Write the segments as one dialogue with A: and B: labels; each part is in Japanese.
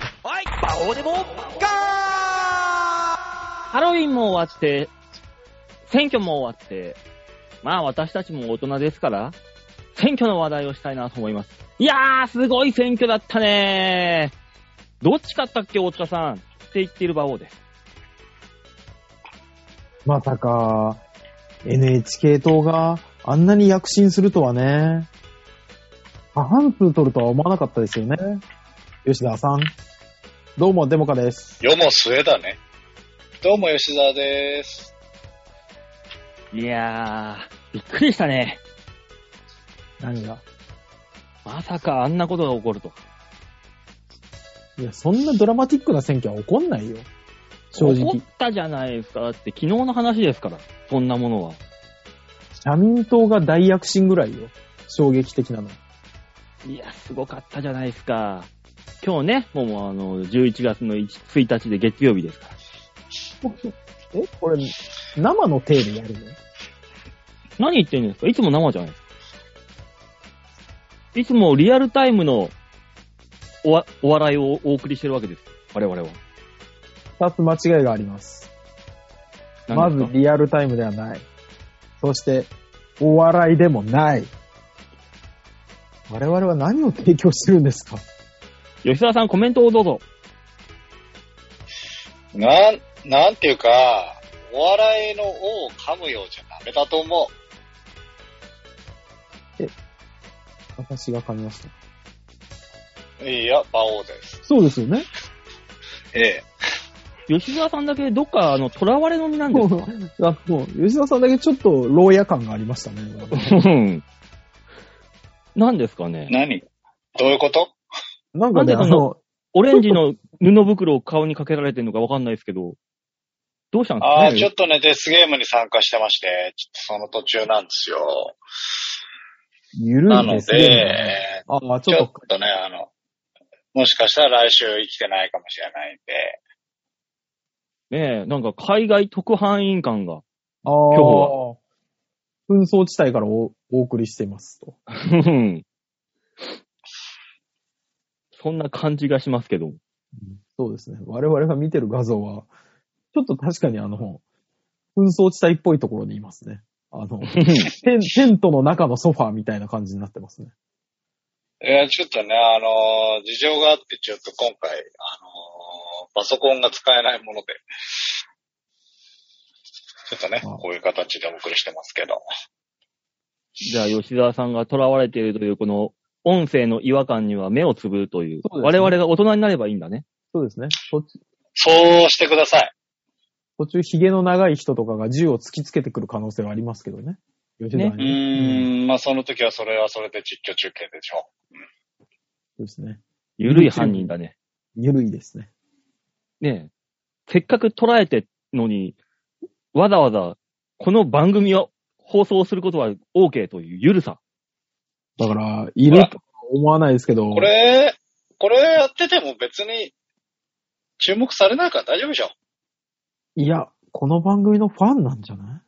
A: どうでもガ
B: ハロウィンも終わって、選挙も終わって、まあ私たちも大人ですから、選挙の話題をしたいなと思います。いやー、すごい選挙だったねー。どっち勝ったっけ、大塚さん。って言っている馬王です。
C: まさか、NHK 党があんなに躍進するとはね、過半数取るとは思わなかったですよね。吉田さん。どうも、デモカです。
D: 世も末だね。どうも吉沢です。
B: いやー、びっくりしたね。
C: 何が
B: まさかあんなことが起こると。
C: いや、そんなドラマティックな選挙は起こんないよ。正
B: 起こ
C: 直
B: っ。たじゃないですか。だって昨日の話ですから、そんなものは。
C: 社民党が大躍進ぐらいよ。衝撃的なの。
B: いや、すごかったじゃないですか。今日ね、もうもうあの、11月の1 1日で月曜日ですから。
C: えこれ、生の手でやるの
B: 何言ってるんですかいつも生じゃないですか。いつもリアルタイムのおわお笑いをお送りしてるわけです。我々は。
C: 二つ間違いがあります。まず
B: 何ですか
C: リアルタイムではない。そして、お笑いでもない。我々は何を提供してるんですか
B: 吉沢さんコメントをどうぞ。
D: なん、なんていうか、お笑いの王を噛むようじゃダメだと思
C: 私が噛みました。
D: う。いや、馬王です。
C: そうですよね。
D: ええ。
B: 吉沢さんだけどっかあの、囚われの身なんです か
C: あ もう、吉田さんだけちょっと牢屋感がありましたね。
B: うん何ですかね
D: 何どういうこと
C: なんかね、
B: なんでそ
C: あ
B: の
C: の、
B: オレンジの布袋を顔にかけられてるのかわかんないですけど、どうしたんですかね
D: ああ、ちょっとね、デスゲームに参加してまして、ちょっとその途中なんですよ。
C: ゆる
D: ないの
C: ですね。
D: で、
C: ああ、ち
D: ち
C: ょ
D: ょ
C: っ
D: っとね、あの、もしかしたら来週生きてないかもしれないんで、
B: ねえ、なんか海外特派員感が。
C: と、
B: 日
C: あ
B: は
C: あ、紛争地帯からおお送りしていますと。
B: うんそんな感じがしますけど。
C: そうですね。我々が見てる画像は、ちょっと確かにあの、紛争地帯っぽいところにいますね。あの、テンテントの中のソファーみたいな感じになってますね。
D: いや、ちょっとね、あの、事情があって、ちょっと今回、あの、パソコンが使えないもので、ちょっとね、
C: あ
D: こういう形でお送りしてますけど。
B: じゃあ、吉沢さんが囚われているという、この音声の違和感には目をつぶるという。
C: そうです
B: 我々
C: ね
B: が大人になればいいんだね。
C: そうですね。途中、
D: そうしてください。
C: 途中ヒゲの長い人とかが銃を突きつけてくる可能性はありますけどね。吉田
B: ね
D: う
C: に。
D: ーん、まあその時はそれはそれで実況中継でしょ
C: そうですね。
B: ゆるい犯人だね。
C: ゆるいですね。
B: ねえ。せっかく捉えてのに、わざわざ、この番組を放送することは OK というゆるさ。
C: だから、いるとは思わないですけど、
D: う。これ、これやってても別に注目されないから大丈夫でしょ。
C: いや、この番組のファンなんじゃな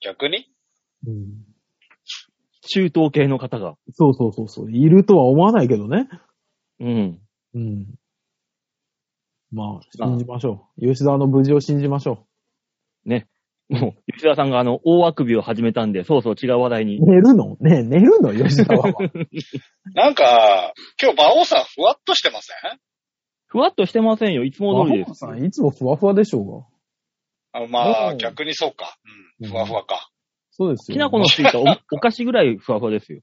D: 逆に
C: いうん。
B: 中東系の方が。
C: そうそうそうそう。いるとは思わないけどね。
B: うん。
C: うん。まあ、
B: まあ
C: 信じましょう。吉沢の無事を信じましょ
B: もう、吉田さんがあの、大あくびを始めたんで、そうそう違う話題に
C: う。。寝るのねえ寝るの吉 沢は。
D: なんか、今日馬王さんふわっとしてません
B: ふわっとしてませんよ。いつも通りで
C: 馬王
B: す。
C: さん、いつもふわふわでしょうが。
D: あま
C: う
D: あ
C: ん
D: 逆にそうか。
C: う
D: う。
C: んん
D: ふわふわか。
C: そうですよ。
B: きなこのついたお お菓子ぐらいふわふわですよ。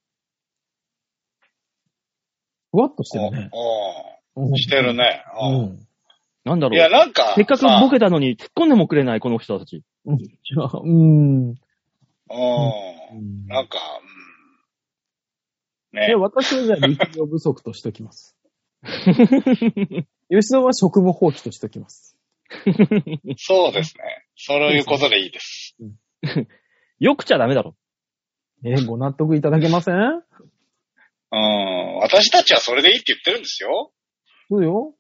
C: ふわっとして
D: お
C: るね。
D: うんしてるね。
C: う。
D: うんん
C: うん。
B: なんだ
D: いや、
B: ろう。
D: なんか、
B: せっかく
D: さ
B: ボケたのに突っ込んでもくれない、この人たち。
C: いやうん。
D: う。
C: うんん
D: なんか、うん。ね
C: で、。私はじゃあ力量不足としとき ます。吉沢は職務放棄としときます。
D: そうですね。そういうことでいいです。
B: よくちゃダメだろ。
C: え、ご納得いただけません
D: うん。私たちはそれでいいって言ってるんですよ。
C: そうよ。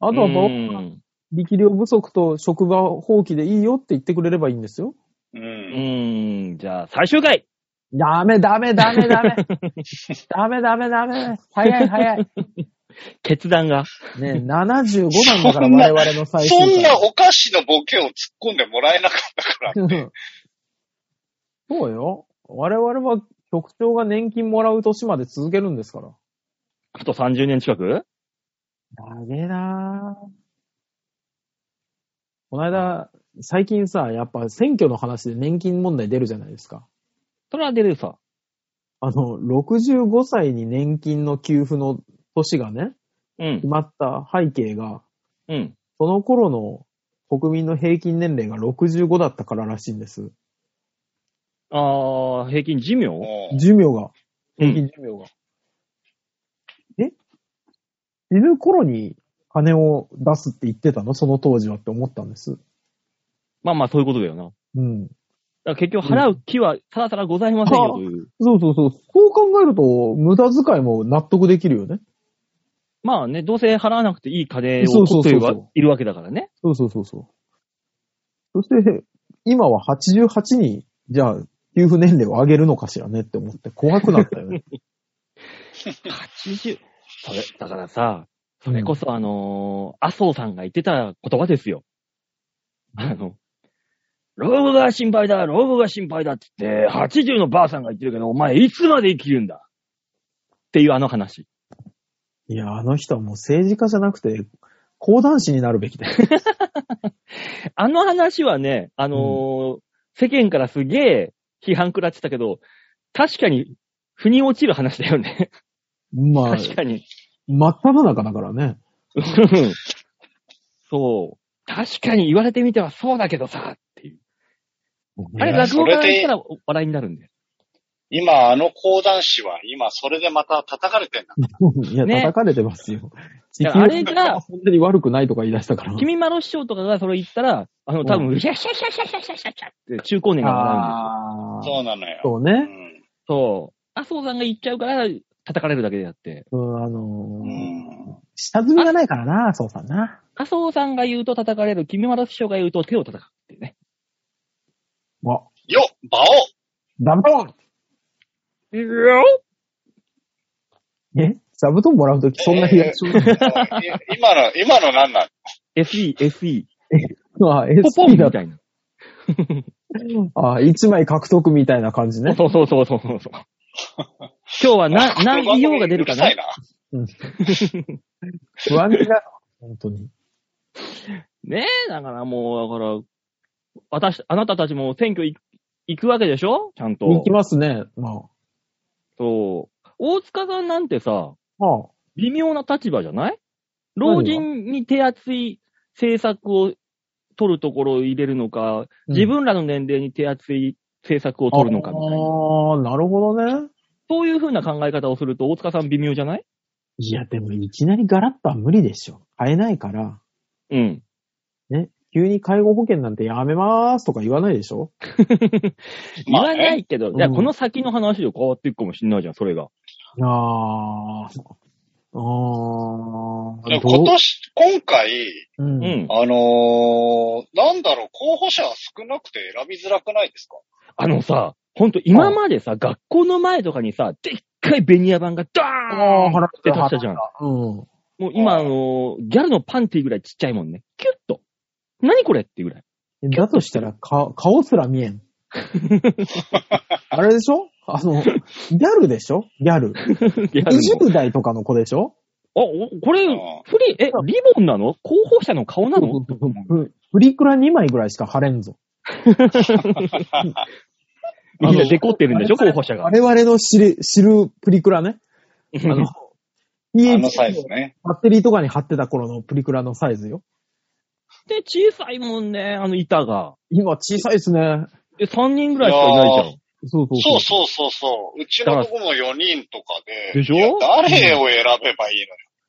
C: あ
B: あ
C: とはもう、力量不足と職場放棄でいいよって言ってくれればいいんですよ。
D: う。
B: うんーん、じゃあ、最終回
C: ダメダメダメダメ。ダメダメダメ。早い早い。
B: 決断が。
C: ね、75なんだから我々の最終
D: そんな
C: 回
D: お菓子のボケを突っ込んでもらえなかったから。
C: うんそうよ。我々は局長が年金もらう年まで続けるんですから。
B: あと30年近く
C: 長えなぁ。この間、最近さ、やっぱ選挙の話で年金問題出るじゃないですか。
B: それは出るさ。
C: あの、65歳に年金の給付の年がね、
B: うん
C: 決。まった背景が、
B: うん。
C: その頃の国民の平均年齢が65だったかららしいんです。
B: あー、平均寿命
D: うん
C: 寿命が。
B: う
C: 平
B: ん。
C: 均寿命が。え死ぬ頃に金を出すって言ってたのその当時はって思ったんです。
B: まあまあ、そういうことだよな。
C: う
B: だ
C: ん。
B: から結局、払う気はさらさらございませんよという。
C: そうそうそう。そう考えると、無駄遣いも納得できるよね。
B: まあね、どうせ払わなくていい金を
C: そうそ
B: 取
C: うそう
B: って
C: そう
B: はいるわけだからね。
C: そうそうそうそう。そして、今は88に、じゃあ、給付年齢を上げるのかしらねって思って怖くなったよね。
B: 80。それ、だからさ、それこそあのー麻生さんが言ってた言葉ですよ。あの、老後が心配だ、老後が心配だって言って、80のばあさんが言ってるけど、お前いつまで生きるんだっていうあの話。
C: いや、あの人はもう政治家じゃなくて、講談師になるべきだよ。
B: あの話はね、あのー世間からすげえ批判食らってたけど、確かに、腑に落ちる話だよね。
C: まあ、
B: 確かに。
C: 真っ只中だからね。
B: うんそう。確かに言われてみてはそうだけどさ、っていう。あれ、
D: が
B: 落語家が言ったら笑いになるんだよ。
D: 今、あの講談師は、今、それでまた叩かれてんだ。
C: いや、
B: ね
C: 叩かれてますよ。
B: い
C: 地
B: や
C: 球
B: あれが
C: そんなに悪くないとか言い出したから。
B: 君まろ師匠とかがそれ言ったら、あの、多分、シャシャシャシャシャシャシャシャって中高年が笑うんだよ。
C: あー
D: そうなのよ。
C: そう
D: う
C: ね。
D: ん。
B: そう。麻生さんが言っちゃうから、叩かれるだけであって。
C: うん、あの
D: う
C: ー
D: ん。
C: 下積みがないからな、そうさんな。
B: 麻生さんが言うと叩かれる、君まろ師匠が言うと手を叩くっていうね。
C: あ、
D: よ馬王
C: ダブト
B: いや
C: ンえ座布団もらうときそんなリアクション、
D: 今の、今の何な
B: SE、SE、
C: あ、
B: ポポン
C: SP だ
B: み
C: と。
B: たいな。
C: あ、1枚獲得みたいな感じね。
B: そうそうそうそうそう。今日は
D: の
B: な、何美容が出るか
D: うるさ
B: ない
D: な。
C: 不安が、本当に。
B: ねえ、だからもう、だから、私、あなたたちも選挙い行くわけでしょちゃんと。
C: 行きますね。ま
B: そう。大塚さんなんてさ、
C: あ。はあ。
B: 微妙な立場じゃない老人に手厚い政策を取るところを入れるのか、自分らの年齢に手厚い政策を取るのかみたいな。
C: ああ、なるほどね。
B: そういうふうな考え方をすると大塚さん微妙じゃない
C: いや、でもいきなりガラッとは無理でしょ。買えないから、
B: うん。
C: 急に介護保険なんてやめまーすとか言わないでしょ。
B: 言わな
D: ね
B: いけど、
C: ん
B: じゃあこの先の話で変わっていくかもしれないじゃん、それが。
C: ああ、ああ、
D: でも今年、今回、
C: う。
B: うんん。
D: あのーなんだろう、候補者は少なくて選びづらくないですか
B: あのさ、ほんと今までさ、学校の前とかにさ、でっかいベニヤ板が
C: あ
B: ダー
C: あ、
B: ンっ
C: 払ってて
B: 立ったじゃん。
C: うん。
B: もう今、
D: あ
B: あ
D: ー
B: の、ギャルのパンティぐらいちっちゃいもんね。キュッと。何これっていうぐらい。
C: だとしたら、か顔すら見えん。あれでしょあの、ギャルでしょギャ
B: ギ
C: ル。
B: ャルの
C: 20代とかの子でしょ
B: あ、おこれ、
D: うん
B: フリ、え、リボンなの候補者の顔なの
C: ふプリクラ2枚ぐらいしか貼れんぞ。
B: みんなデコってるんでしょ
C: あの
B: 候補者が。
C: 我々の知る、知るプリクラね。
B: あ
C: あの
B: の、
D: あ
C: PH
D: のサイズね。
C: バッテリーとかに貼ってた頃のプリクラのサイズよ。
B: で、小さいもんね、あの板が。
C: 今小さいですね。
B: で、3人ぐらいしかいないじ
C: そうそう
D: そ
C: そう
D: う。そうそうそう。うちのとこも4人とかで。
B: でしょ
D: いや誰を選べばいいのよ。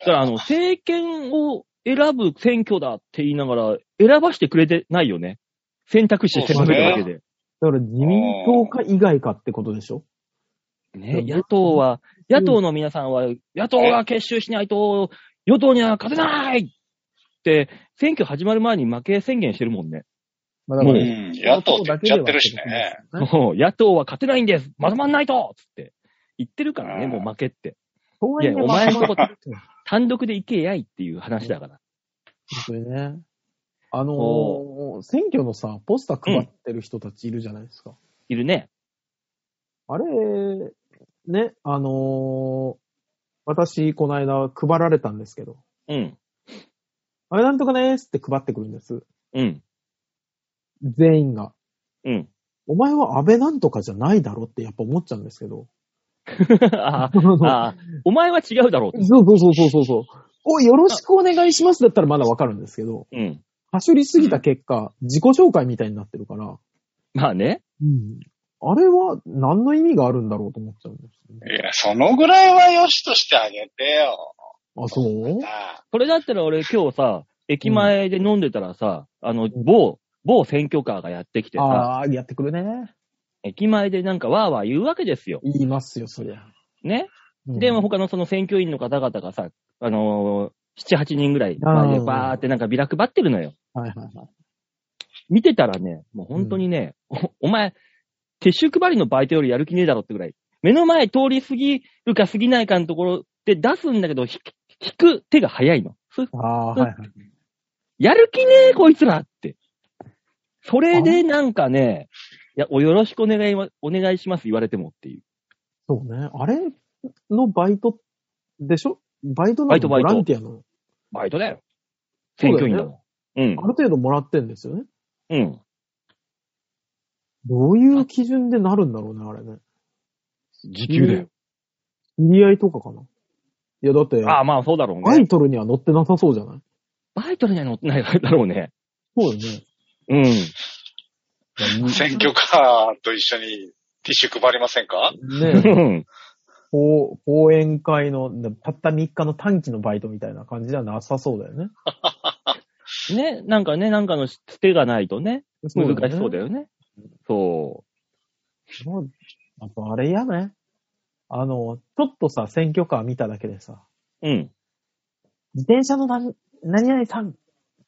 B: ゃん。だから、あの、政権を選ぶ選挙だって言いながら、選ばしてくれてないよね。選択肢狭めるだけで。
C: だから自民党か以外かってことでしょ
B: ね、野党は、野党の皆さんは、野党が結集しないと、与党には勝てないって、選挙始まる前に負け宣言してるもんね。
C: まあだか
B: も
C: ら
D: うん野党って言っちゃってるしね。
B: もう野党は勝てないんですまとまんないとつって。言ってるからね、
D: うん
B: もう負けって。
C: とはいいえ
B: や、お前のとこ、単独で行けやいっていう話だから。
C: 本当にね。あの
B: そ
C: ー、選挙のさ、ポスター配ってる人たちいるじゃないですか。
B: いるね。
C: あれ、ね、あのー、私、この間配られたんですけど、
B: うん。
C: あれなんとかねーっつって配ってくるんです。
B: うん。
C: 全員が。
B: うん。
C: お前は安倍なんとかじゃないだろってやっぱ思っちゃうんですけ ど。
B: ああ、お前は違うだろうと。
C: そうそうそうそうそうそう。おい、よろしくお願いしますだったらまだわかるんですけど、
B: うん。
C: はしょりすぎた結果、自己紹介みたいになってるから、
B: まあね。
C: うん。あれは何の意味があるんだろうと思っちゃうんですよね。
D: いや、そのぐらいは良しとしてあげてよ。
C: あ、そう
D: なあ
B: それだったら俺今日さ、駅前で飲んでたらさ、あの、某、某選挙カーがやってきてさ、
C: ああー、やってくるね。
B: 駅前でなんかわーわー言うわけですよ。
C: 言いますよ、そりゃ。
B: ね。
C: うん
B: で、も他のその選挙員の方々がさ、あのー、7、8人ぐらい、まあでバーってなんかビラ配ってるのよ。
C: はいはいはい。
B: 見てたらね、もう本当にね、 おお前、撤収配りのバイトよりやる気ねえだろってぐらい、目の前通り過ぎるか過ぎないかのところで出すんだけど、引く引く手が早いの。ふ
C: ああ、はいはい。
B: やる気ねえ、こいつらって。それでなんかね、いや、およろしくお願いは、お願いします言われてもっていう。
C: そうね。あれのバイトでしょバイトな
B: バイ
C: の
B: ト
C: ボ
B: バイト
C: ランティアの。
B: バイトだよ。
C: そ
B: 選
C: うだよ
B: 挙
C: ね
B: 員だもん。
C: ある程度もらってんですよね。
B: うん。うん。
C: どういう基準でなるんだろうね、あれね。
B: 時
C: 給だよ。知り合いとかかないや、だって、
B: ああ、まあそうだろう
C: アイ
B: ね。
C: トルには乗ってなさそうじゃない
B: バイトには乗ってないだろうね。
C: そうよね。
B: うん。
D: 選挙カーと一緒にティッシュ配りませんか
B: う
C: ね
B: ん。
C: 講講演会の、たった3日の短期のバイトみたいな感じじゃなさそうだよね。
B: ね、なんかね、なんかのつてがないとね、難しそうだ
C: よ。
B: よね。そ
C: もうやっぱあれ嫌ね。あの、ちょっとさ、選挙カー見ただけでさ、
B: う。うん。
C: 自転車のな何々さん、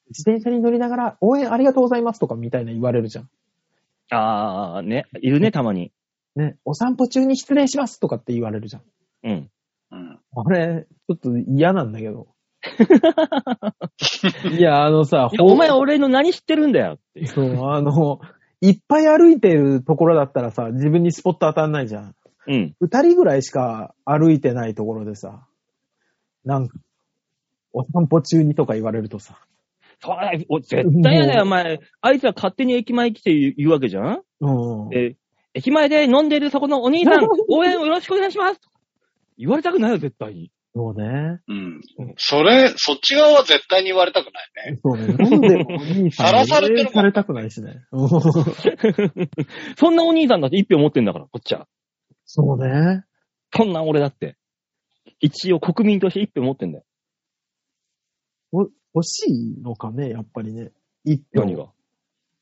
C: 自転車に乗りながら応援ありがとうございますとかみたいな言われるじゃん。
B: ああ、ね、いるね、たまに。
C: ね、お散歩中に失礼しますとかって言われるじゃん。
B: うん。
D: うん。
C: あれ、ちょっと嫌なんだけ ど。いや、あのさ
B: い、や、お前俺の何知ってるんだよっていう。
C: そう、あの、いっぱい歩いてるところだったらさ、自分にスポット当たんないじゃん。
B: うん。
C: 二人ぐらいしか歩いてないところでさ、なんか、お散歩中にとか言われるとさ、
B: それ、お絶対やだ
C: も
B: よ、
C: う
B: お前。あいつは勝手に駅前来て言う言うわけじゃん
C: うん。
B: で、駅前で飲んでるそこのお兄さ ん、応援よろしくお願いします言われたくないよ、絶対に。
C: そうね。
D: うん。それ、そっち側は絶対に言われたくないね。
C: そうね。なんでお兄さん
D: 晒されてるもん
C: 応援されたくないしね。うん
B: そんなお兄さんだって一票持ってんだから、こっちは。
C: そうね。
B: そんな俺だって。一応国民として一票持ってんだよ。
C: 欲しいのかね、やっぱりね。一票
B: 何が。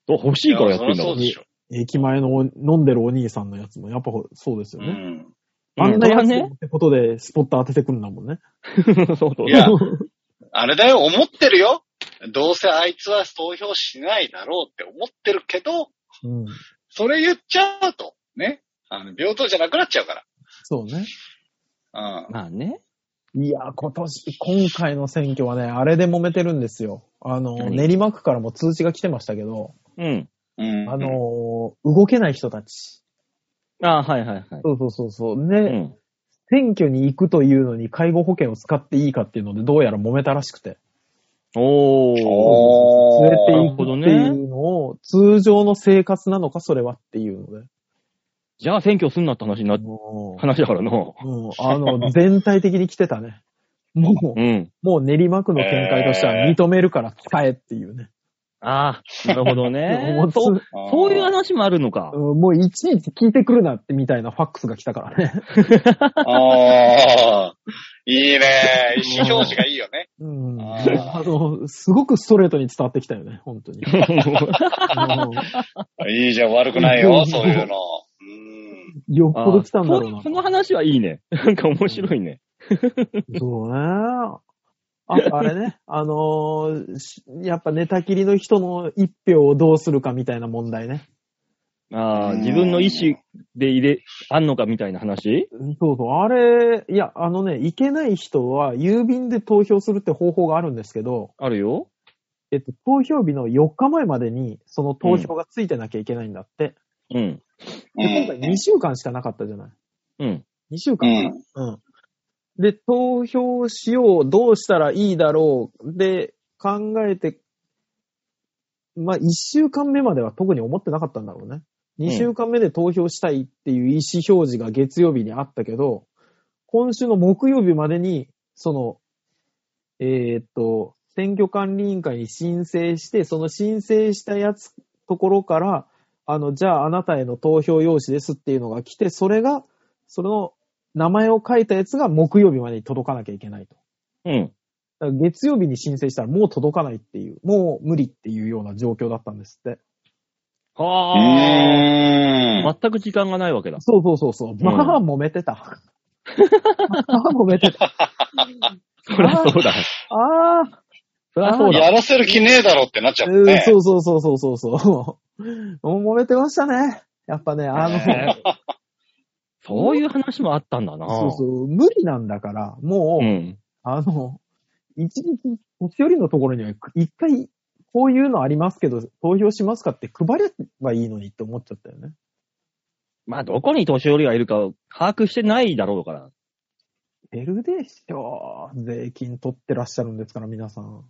B: どう欲しいからやってん
D: い
B: だか
D: やそりゃそう
B: ら。
D: でしょ。
C: 駅前のお飲んでるお兄さんのやつも、やっぱほそうですよ
D: う
C: ね。
D: ん。
C: あんなや
B: うそ
C: つ
B: れはね
C: ってことで、スポット当ててくるんだもんね。
B: そうそう。
D: いや、あれだよ、思ってるよ。どうせあいつは投票しないだろうって思ってるけど、
C: うん。
D: それ言っちゃうと、ね。あの、平等じゃなくなっちゃうか
C: そうね。
D: ら。うん。
B: まあね。
C: いや、今年、今回の選挙はね、あれで揉めてるんですよ。あの、
B: 何
C: 練馬区からも通知が来てましたけど、
B: うん。
D: うん。
C: あのー、動けない人たち。
B: ああ、はいはいはい。
C: そうそうそうそう。
B: う
C: ね、
B: ん。
C: 選挙に行くというのに介護保険を使っていいかっていうので、どうやら揉めたらしくて。
B: おー。
D: お
C: 連れて
B: な
C: 行
B: る
C: く
B: ほど
C: っ
B: ね
C: ていうのを、通常の生活なのか、それはっていうので。
B: じゃあ選挙すんなって話にな、
C: も
B: 話だからな。
C: う、もうあの、全体的に来てたね。もう、
B: うん。
C: もう練馬区の見解としては認めるから使えっていうね。
B: ああ、な るほどね
C: もう。
B: そう、
D: ー
B: そういう話もあるのか。
C: うんもういちいち聞いてくるなってみたいなファックスが来たからね。
D: ああ、いいね。意思表示がいいよね。
C: うん。
D: あ
C: あ
D: ー
C: の、すごくストレートに伝わってきたよね、本当 に。うん
D: いいじゃん、悪くないよ、そういうの。うん。
C: よっ
B: あ
C: ぽど
B: ー
C: 来たんだろう
B: そ
C: な
B: う。その話はいいね。 なんか面白いね。
C: そうね。あとあれね、あのーしやっぱ寝たきりの人の一票をどうするかみたいな問題ね。
B: ああ、自分の意思で入れ、あんのかみたいな話
C: そうそう。あれ、いや、あのね、行けない人は郵便で投票するって方法があるんですけど、
B: あるよ。
C: えっと、投票日の4日前までに、その投票がついてなきゃいけないんだって。
B: うん。
D: うん
C: で、今回2週間しかなかったじゃない。
B: うん。
C: 2週間かな、うん、で、投票しよう、どうしたらいいだろう、で、考えて、まあ、1週間目までは特に思ってなかったんだろうね。2週間目で投票したいっていう意思表示が月曜日にあったけど、今週の木曜日までに、その、えーっと、選挙管理委員会に申請して、その申請したやつ、ところから、あの、じゃああなたへの投票用紙ですっていうのが来て、それが、その名前を書いたやつが木曜日までに届かなきゃいけないと。
B: うん。
C: だから月曜日に申請したらもう届かないっていう、もう無理っていうような状況だったんですって。
B: はあ。
D: う
B: 全く時間がないわけだ。
C: そうそうそうそう。まあ、揉めて た。まあ、揉めて た。
B: そりゃそうだ。
C: ああ、
B: そりゃそ
D: ー。
B: うんだ。
D: やらせる気ねえだろってなっちゃった
C: うん
D: ね。
C: そうそうそうそうそうそう。もう揉めてましたね。やっぱね、あの、
B: ね そういう話もあったんだな。
C: そうそう、無理なんだから、もう、
B: うん。
C: あの、一日、年寄りのところには、一回、こういうのありますけど、投票しますかって配ればいいのにって思っちゃったよね。
B: まあ、どこに年寄りがいるかを把握してないだろうから。
C: 出るでしょう。税金取ってらっしゃるんですから、皆さん。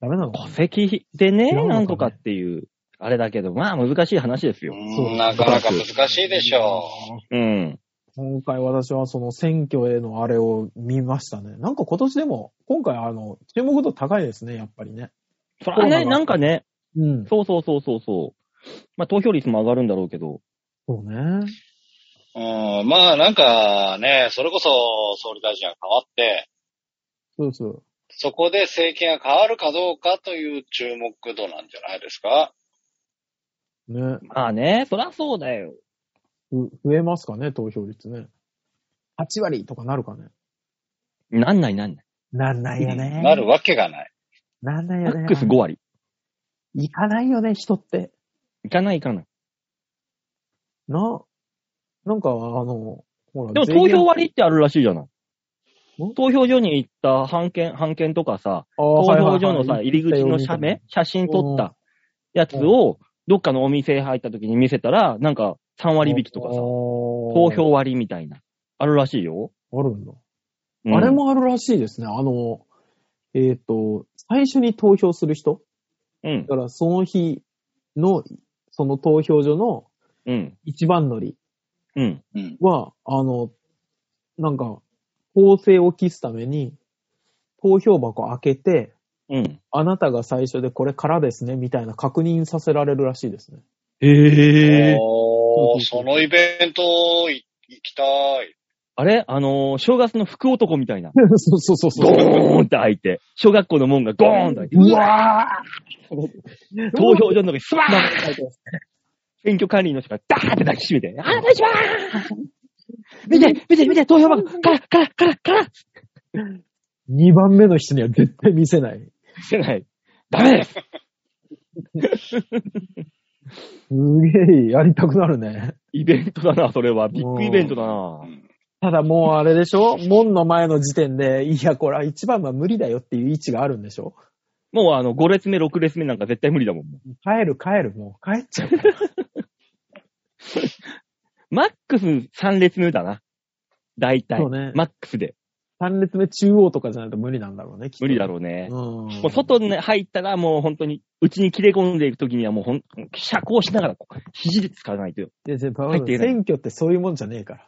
C: ダメなのか
B: 戸籍でね、
C: 違うのかね
B: なんとかっていう、あれだけど、まあ、難しい話ですよ。
D: うん
C: そう
D: なかなか難しいでしょ
B: うん。
C: 今回私はその選挙へのあれを見ましたね。なんか今年でも、今回あの、注目度高いですね、やっぱりね。
B: それは
C: そうな
B: ね、
C: の
B: なんかね、
C: うん。
B: そうそうそうそうそう。まあ、投票率も上がるんだろうけど。
C: そうね。
D: う。うん、まあなんかね、それこそ総理大臣が変わって、
C: そうそう。
D: そこで政権が変わるかどうかという注目度なんじゃないですか。
C: ね。
B: まあね、そりゃそうだよ。
C: う増えますかね、投票率ね。8割とかなるかね。
B: なんないなんない。
C: なんないよね。
D: なるわけがない。
C: なんだ
B: マ
C: よね
B: ッ。クス5割。
C: 行かないよね、人って。
B: いかないいかない。
C: な、なんか、あの、ほら。
B: でも
C: 税金
B: 投票割ってあるらしいじゃない
C: ん。
B: 投票所に行った判券、判券とかさ、
C: あー
B: 投
C: はいはいは
B: 票
C: い
B: 所のさ、入り口の写メ、写真撮ったやつを、どっかのお店入った時に見せたら、なんか3割引きとかさ、投
C: 投
B: 票割みたいな、あるらしいよ。
C: あるんだ。
B: うん
C: あれもあるらしいですね。あの、えっ、と、最初に投票する人
B: うん
C: だ、からその日の、その投票所の
B: うん、
C: 一番乗り
B: うん。
D: うん。
C: は、あの、なんか、公正を期すために、投票箱開けて、
B: うん。
C: あなたが最初でこれからですね、みたいな確認させられるらしいで すね。
B: へ
D: お
C: そう
D: ー
C: そそ
D: そう
C: う
D: のイベントい行きたい。
B: あれあのー正月の福男みたいな。
C: そうそうそうそ
B: ゴー
C: う。
B: ンって開いて、小学校の門がゴーンって開いて、
C: うわー
B: 投票所の中にスワーン
C: 書いてます
B: 選挙管理の人がダーって抱きしめて、あなた一番見て、見て、見て、投票箱、カラカラカラカラ
C: 2番目の人には絶対見せない。
B: してない。ダメです
C: すげえ、やりたくなるね。
B: イベントだな、それは。ビッグイベントだ
D: う
B: な。
D: ん
C: ただもうあれでしょ門の前の時点で、いや、これは一番は無理だよっていう位置があるんでしょ
B: もうあの、5列目、6列目なんか絶対無理だもん。
C: 帰る帰る、もう帰っちゃう。
B: マックス3列目だな。大体
C: そう。ね。
B: マックスで。
C: 3列目中央とかじゃないと無理なんだろうね、きっと
B: 無理だろうね。
C: うん。
B: もう外に入ったらもう本当に、内に切れ込んでいくときにはもうほん、遮光しながらこう、肘で使わないとよ。
C: いや先輩
B: 入っていない
C: 選挙ってそういうもんじゃねえから。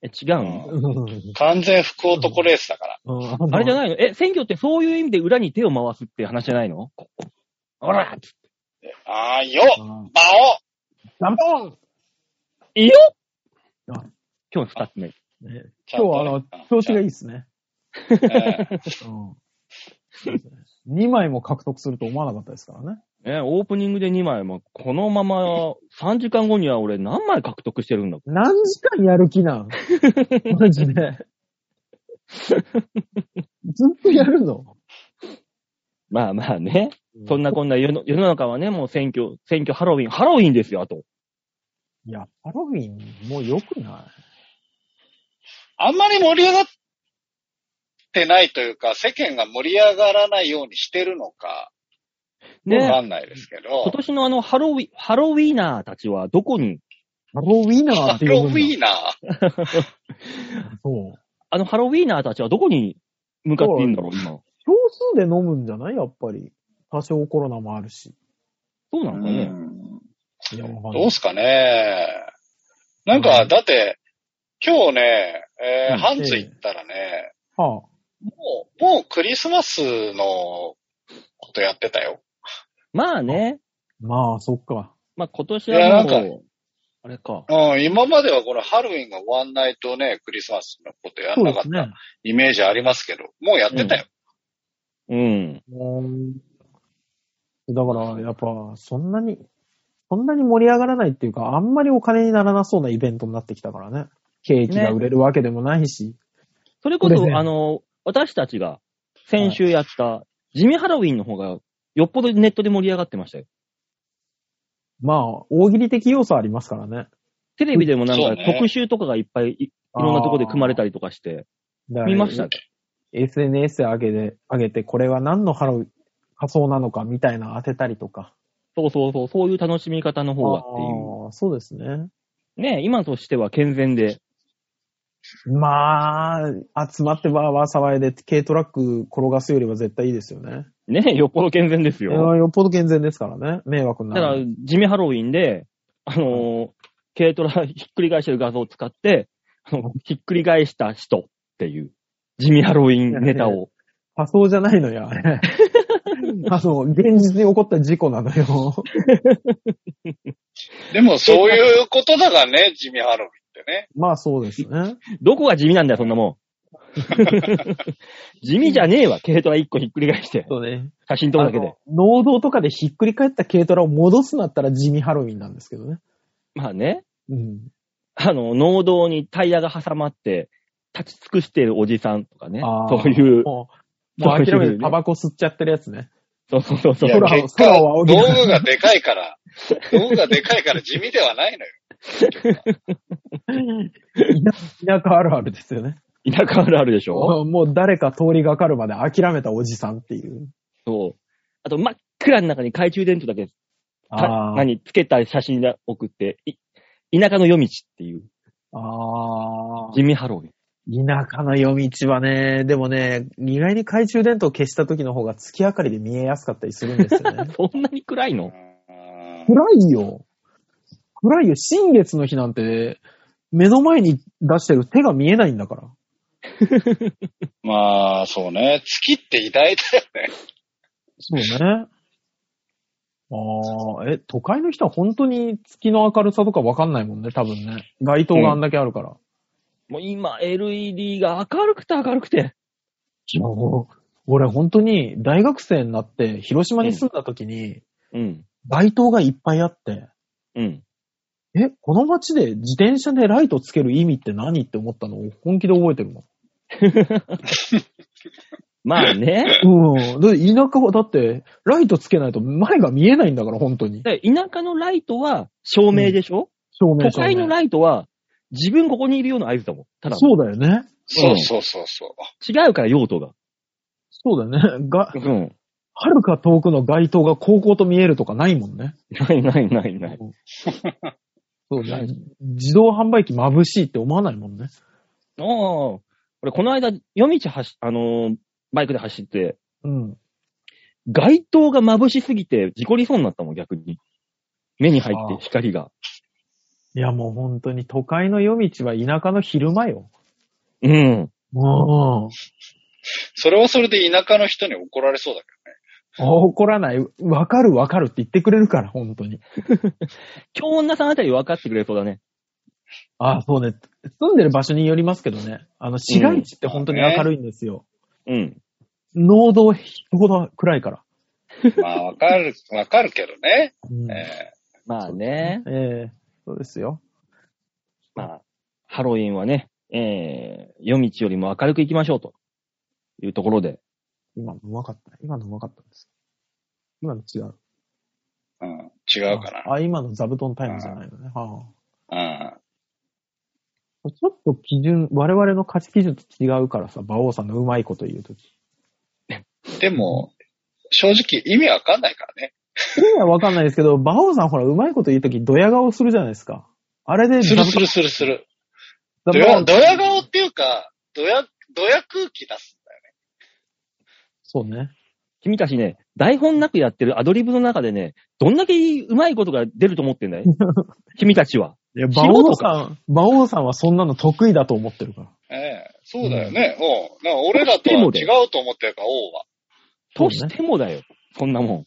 B: え、違うの
C: うん
D: 完全福男レースだから。
C: うん
B: あれじゃ
C: い
B: ないのえ、選挙ってそういう意味で裏に手を回すっていう話じゃないのここほら
D: あーよ
C: うん
D: バ
C: ダメ
B: いいよ
C: あ
B: 今日二つ目。
C: ね
D: オ
C: 今日はあの、調子がいいですね。
D: い。
C: うん。2枚も獲得すると思わなかったですからね。
B: ね、オープニングで2枚も、このまま3時間後には俺何枚獲得してるんだ
C: 何時間やる気なん マジで。ずっとやるの
B: まあまあね。そんなこんな世の世の中はね、もう選挙、選挙ハロウィン、ハロウィンですよ、あと。
C: いや、ハロウィン、もう良くな
D: あんまり盛り上がってないというか、世間が盛り上がらないようにしてるのか、わか
B: ね。
D: んないですけど、
B: 今年のあの、ハロウィ、ハロウィーナーたちはどこに、
C: い。ハロウィナー
D: ハ
C: って
D: ロ
C: 呼ぶ
D: ウ
C: んだ。
D: ィーナー。
C: そう。
B: あのハロウィーナーたちはどこに向かっているんだろう、今。
C: 少数で飲むんじゃないやっぱり。多少コロナもあるし。
B: そうなのかね。
D: うん
C: いや、わかん
D: ど
C: な
D: う
C: い。
D: すかね。なんか、だって、今日ね、えー
B: うん
D: ハンズ行ったらね、
C: は
D: もう、もうクリスマスのことやってたよ。
B: まあね。
C: あ、まあ、そっか。
B: まあ今年
D: いやな
B: は
D: んか
B: もう、あれか。
D: うん、今まではこのハロウィンが終わんないとね、クリスマスのことや
C: そ
D: ん
C: う
D: な
C: で
D: かっ
C: す
D: た
C: ね。
D: イメージありますけど、もうやってたよ。
B: うん。
C: うんだから、やっぱ、そんなに、そんなに盛り上がらないっていうか、あんまりお金にならなそうなイベントになってきたからね。ケーキが売れるわけでもないし。
B: それこ
C: そうですね
B: そ、あの、私たちが先週やった、地味ハロウィンの方が、よっぽどネットで盛り上がってましたよ。
C: まあ、大喜利的要素ありますからね。
B: テレビでもなん
D: そう
B: か
D: ね
B: 特集とかがいっぱいいいろんなところで組まれたりとかして、
C: だから
B: 見ましたね。
C: SNS 上げで、上げて、これは何のハロウィン、仮装なのかみたいな当てたりとか。
B: そうそうそう、そういう楽しみ方の方がっていう。
C: ああそうですね。
B: ね今としては健全で。
C: まあ、集まってわーわー騒いで、軽トラック転がすよりは絶対いいですよね。
B: ねよっぽど健全です
C: いや
B: よ。
C: よっぽど健全ですからね。迷惑に
B: だ
C: な
B: からら
C: ない。、
B: 地味ハロウィンで、あのー軽トラひっくり返してる画像を使って、あのひっくり返した人っていう、地味ハロウィンネタ を。
C: 仮想じゃないのよ、あれ。あの、現実に起こった事故なの よ。
D: でもそういうことだがね、地味ハロウィンってね。
C: まあそうですね。
B: どこが地味なんだよ、そんなも ん。地味じゃねえわ、軽トラ1個ひっくり返して。
C: そうね。
B: 写真撮るだけで。
C: あの農道とかでひっくり返った軽トラを戻すなったら地味ハロウィンなんですけどね。
B: まあね。
C: うん。
B: あの、農道にタイヤが挟まって、立ち尽くしているおじさんとかね。
C: あー
B: そういう。
C: もう、もう諦めてタバコ吸っちゃってるやつね。
B: そうそうそうそ
D: いうや、
C: 空を
D: 結果、
C: 空を
D: 道
C: 仰ぎながら
D: 具がでかいから、道具がでかいから地味ではないのよ。
C: 田舎あるあるですよね。
B: 田舎あるあるでしょ
C: もうもう誰か通りがかるまで諦めたおじさんっていう。
B: そう。あと、真っ暗の中に懐中電灯だけ、た
C: あー
B: 何、つけた写真が送って、い田舎の夜道っていう、
C: あー。
B: 地味ハロ ウィン。。
C: 田舎の夜道はね、でもね、意外に懐中電灯を消した時の方が月明かりで見えやすかったりするんですよね
B: そんなに暗いの
D: うん
C: 暗いよ。暗いよ。新月の日なんて、目の前に出してる手が見えないんだから。
D: まあ、そうね。月って偉大だよね。
C: そうね。ああ、え、都会の人は本当に月の明るさとかわかんないもんね、多分ね。街灯があんだけあるから。
B: もう今、LED が明るくて明るくて。
C: いやもう俺本当に大学生になって広島に住んだ時に
B: うん。
C: 街灯がいっぱいあって、
B: うん。
C: え、この街で自転車でライトつける意味って何って思ったのを本気で覚えてるもん。
B: まあ ね。
C: うん。だって田舎は、だって、ライトつけないと前が見えないんだから、本当に。
B: で田舎のライトは照明でしょ、
C: 照
B: 都
C: 明
B: 会のライトは自分ここにいるような合図だもん。ただ、
C: そうだよね。
D: そうそうそうそう。
B: 違うから用途が。
C: そうだよね。が
B: う、ん。
C: はるか遠くの街灯が高校と見えるとかないもんね。
B: ないないないない。
C: そうね。自動販売機眩しいって思わないもんね。
B: ああ。俺、この間、夜道走、あのーバイクで走って、
C: うん。
B: 街灯が眩しすぎて事故りそうになったもん、逆に。目に入っ
C: ああ
B: て、光が。
C: いやもう本当に都会の夜道は田舎の昼間よ。
B: うん。
C: うん。
D: それはそれで田舎の人に怒られそうだけ
C: 怒らない。わかるわかるって言ってくれるから、本当に。
B: 今日女さんあたり分かってくれそうだね。
C: ああ、そうね。住んでる場所によりますけどね。あの、市街地って本当に明るいんですよ。
B: うん。
C: 農道ほど暗いから。
D: ど。まあ、わかる、わかるけどね。
C: うん、え
D: え
B: まあね。
C: えそうですよ。
B: まあ、ハロウィンはね、えー、夜道よりも明るく行きましょうというところで。
C: 今のうまかった。今のうまかったんです。今の違う。
D: うん。違うか
C: ああ、今の座布団タイムじゃないのね。は
D: な。
C: あ、ちょっと基準、我々の価値基準と違うからさ、馬王さんがうまいこと言うとき。
D: うん。でも、正直意味わかんないからね。
C: それはわかんないですけど、馬王さんほら、うまいこと言うとき、ドヤ顔するじゃないですか。あれで、
D: するするするする。
C: 座
D: ド
C: 布団
D: ヤ、ドヤ顔っていうか、ドヤ、ドヤ空気出すんだよね。
C: そうね。
B: 君たちね、台本なくやってるアドリブの中でね、どんだけうまいことが出ると思ってん だい君たちは。
C: いや、馬
B: 素
C: 王
B: 人
C: さ
B: か
C: ん、馬王さんはそんなの得意だと思ってるから。
D: ええそうだよね。うん。だから俺らとは違うと思ってるから、王は。
B: としてもだよ。そんなもん。
D: うん。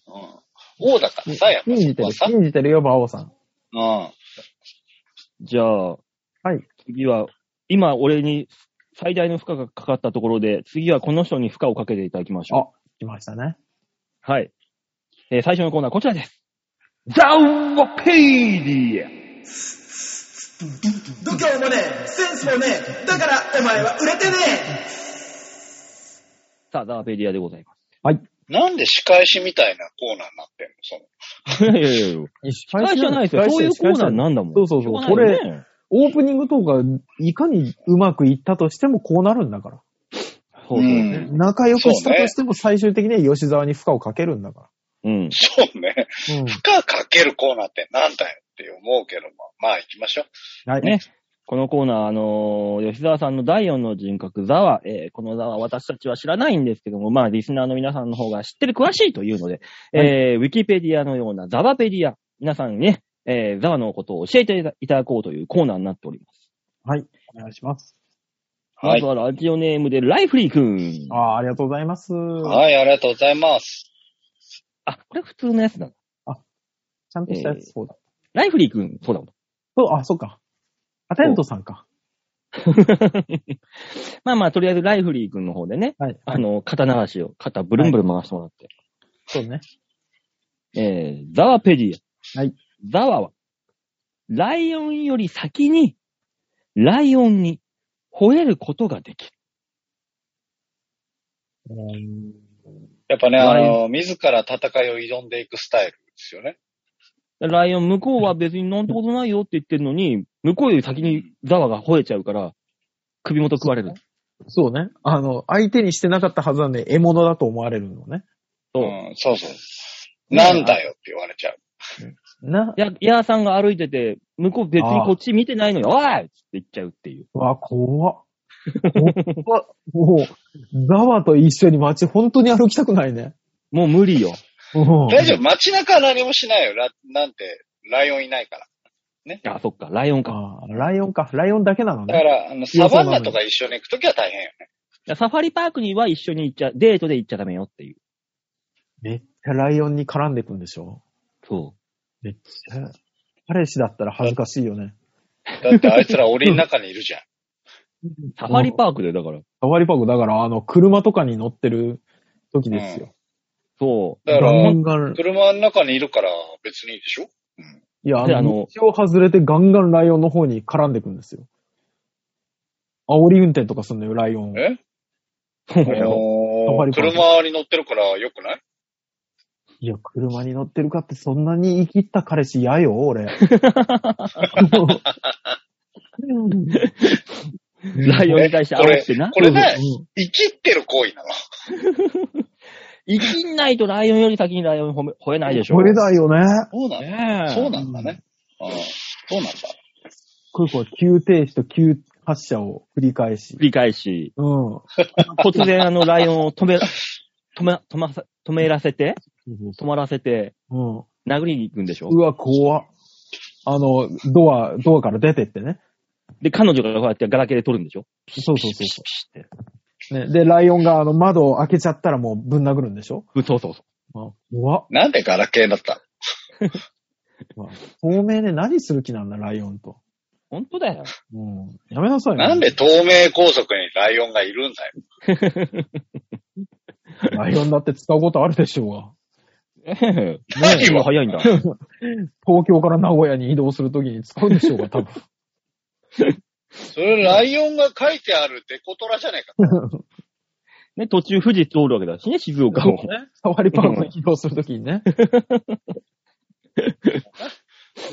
D: 王だからさ、やっぱ
C: 信じ
D: そ
C: て
D: こ
C: る、
D: はさ。
C: 信じてるよ、馬王さん。
D: うん。
B: じゃあ、
C: はい。
B: 次は、今俺に最大の負荷がかかったところで、次はこの人に負荷をかけていただきましょう。
C: 来ましたね。
B: はい。えー最初のコーナーこちらです。ザウペディ
A: 度胸もねえセンスもねえだからお前は売れてねえ
B: アさあ、ザワペディアでございま
D: なんで仕返しみたいなコーナーになって
B: す。い
D: んのその。
B: やいやいやいや。
C: 司
B: 司会じゃないですよ。そういうコーナーなんだもん。
C: そうそうそう
B: しょがないよね、
C: オープニングとか、いかにうまくいったとしてもこうなるんだから。
B: そうそうね。
C: 仲良くしたとしても最終的には吉沢に負荷をかけるんだか
B: うん。
D: そうね。
C: ら。うん。
D: 負荷かけるコーナーってなんだよって思うけども。まあ行きましょう。
C: はい。
B: ねこのコーナー、あのー吉沢さんの第4の人格、ザワ、えーこのザワ私たちは知らないんですけども、まあ、リスナーの皆さんの方が知ってる詳しいというので、えーウィキペディアのようなザワペディア、皆さんにね、えーザワのことを教えていただこうというコーナーになっております。
C: はい。お願いします。
D: は
B: ま
D: い
B: ず。はラジオネームでライフリーくん。
C: ああ、ありがとうございます。ち
D: はい、ありがとうございます。
B: あ、これ普通のやつだ。
C: ゃんとしたや
B: えー
C: つ、そうだ。
B: ライフリーくん、そうだもん。
C: そう、あ、そうか。アテントさんか。
B: まあまあ、とりあえずライフリーくんの方でね、
C: はい。
B: あの、肩流しを、肩ブルンブルン回してもらって。
C: そうね。
B: えー、ザワペディア。
C: はい。
B: ザワは、ライオンより先に、ライオンに吠えることができる。
C: うーん
D: やっぱね、あ
B: ライオン
D: の、自ら戦いを挑んでいくスタイルですよね。
B: ライオン、向こうは別になんてことないよって言ってるのに、向こうより先にザワが吠えちゃうから、首元食われる。
C: そうね。あの、相手にしてなかったはずなんで、獲物だと思われるのね。
B: そう
D: うん、そうそう。なんだよって言われちゃう。
C: な、
B: や、ヤーさんが歩いてて、向こう別にこっち見てないのに、おいっつって言っちゃうっていう。
C: うわ、怖っ。怖っ。もう、ザワと一緒に街、本当に歩きたくないね。
B: もう無理よ。
D: 大
C: 大
D: 丈夫街中は何もしないよ。ラなんて、ライオンいないから。
B: あ、そっか、ライオンか。
C: あーライオンか。ライオンだけなの
D: だか
C: ね。
D: ら、あの、サバンナとか一緒に行くときは大変よね。
B: サファリパークには一緒に行っちゃ、デートで行っちゃダメよっていう。
C: めっちゃライオンに絡んでくんでしょ
B: そ
C: めっちゃ。彼氏だったら恥ずかしいよね。
D: だってあいつら檻の中にいるじゃん。
B: う。サファリパークで、だから。
C: サワリパゴ、だから、あの、車とかに乗ってる時ですよ。
B: そう。
D: だか
C: ガ
D: ら、
C: ンガン、
D: 車の中にいるから別にいい でしょ
C: いや、あ
B: であ
C: の
B: の、
C: 道を外れてガンガンライオンの方に絡んでくんですよ。煽り運転とかすんのよ、ライオン。
D: え
B: そう
D: あ
B: だよ。
D: のー車に乗ってるから良くない
C: いや、車に乗ってるかってそんなに生きった彼氏嫌よ、 俺。
B: ライオンに対して煽ってな。
D: これね、
C: うん
D: 生きってる行為なの。
B: 生きんないとライオンより先にライオンに褒め吠えないでしょ。
C: これだよね。
D: そうなんだ。
B: ねえ。
D: そうなんだね。うん。そうなんだ。
C: こうこう、急停止と急発車を繰り返し
B: 繰。り返し、
C: うん。
B: 突然あのライオンを止め、 止め、止まさ、止めらせて、止まらせて、
C: うん、
B: 殴りに行くんでしょ
C: うわ、怖っあの、ドア、ドアから出てってね。
B: で、彼女がこうやってガラケーで撮るんでしょ
C: そうそうそうそ
B: ピシッピシッピシッって
C: う、ね。で、ライオンがあの窓を開けちゃったらもうぶん殴るんでしょ
B: うんそうそうそ
C: あ怖っ
D: なんでガラケーだったの
C: 透明で何する気なんだ、ライオンと。
B: う。本当だよ。
C: うん。やめなさいね
D: なんで透明高速にライオンがいるんだよ。
C: ライオンだって使うことあるでしょうが。
B: ええ
D: 何
B: 今
D: を
B: 早いんだ。
C: 東京から名古屋に移動するときに使うでしょうが、多 分。
D: それライオンが書いてあるデコトラじゃねえか。
B: ね、途中富士通るわけだしね、静岡を。
C: サワリパンを起動するときにね。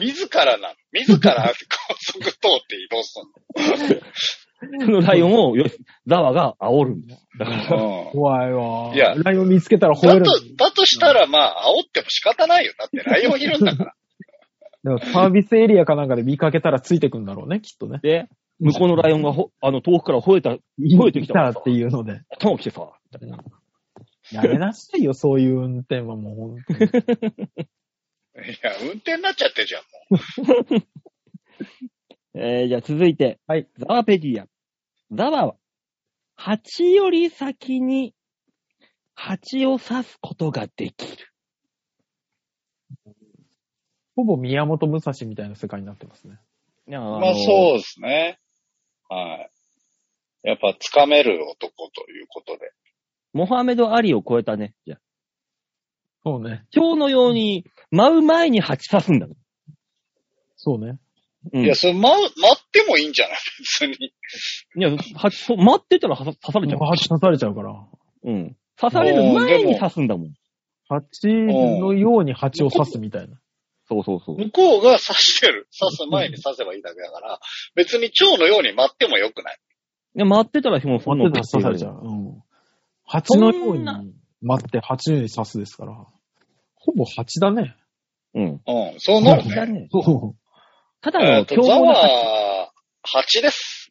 D: 自らなの。自ら高速通って移動す
B: そのライオンをよ、ザワが煽るんだよ。だから、
D: るの。
C: 怖いわ。
D: いや
C: ライオン見つけたら吠え
D: だ
C: るの。
D: と、だとしたら、まあ、煽っても仕方ないよ。だって、ライオンいるんだから。
C: でもサービスエリアかなんかで見かけたらついてくんだろうね、きっとね。
B: で、向こうのライオンがほ、あの、遠くから吠えた、吠えてきたからさ
C: っていうので。
B: 頭来てさ、みたいな。
C: やめなさいよ、そういう運転はもうほんとに。
D: いや、運転になっちゃってるじゃん、も
B: えー、じゃあ続いて。
C: はい。
B: ザワペディア。ザワは、蜂より先に、蜂を刺すことができる。
C: ほぼ宮本武蔵みたいな世界になってますね。
B: いや、あ
D: う。まあ、そうですね。はい。やっぱ、掴める男ということで。
B: う。モハメド・アリを超えたね。じゃあ
C: そうね。
B: 今日のように、舞う前に蜂刺すんだ。
C: そうね。
B: うん。
D: いや、それ、ま、待ってもいいんじゃない別に。
B: いや、はそう待ってたら刺さ刺されちゃう。
C: 蜂刺されちゃうから。
B: うん。刺される前に刺すんだもん。
C: 蜂のように蜂を刺すみたいな。
B: そうそうそう。
D: 向こうが刺してる。刺す前に刺せばいいだけだから、別に蝶のように待ってもよくない。
B: いや、待ってたらもうそん
C: 待
B: なの
C: ってたら刺されちゃう。うん。
B: そ
C: 蜂
B: んな
C: のように待って蜂のように刺すですから。ほぼ蜂だね。
B: うん。
D: うん、そうなる
B: 蜂だ
D: ね。
B: ね。
C: そ
B: ただ
D: え
B: の
D: っと
B: 凶
D: ザ
B: 暴な蜂。
D: ワ8です。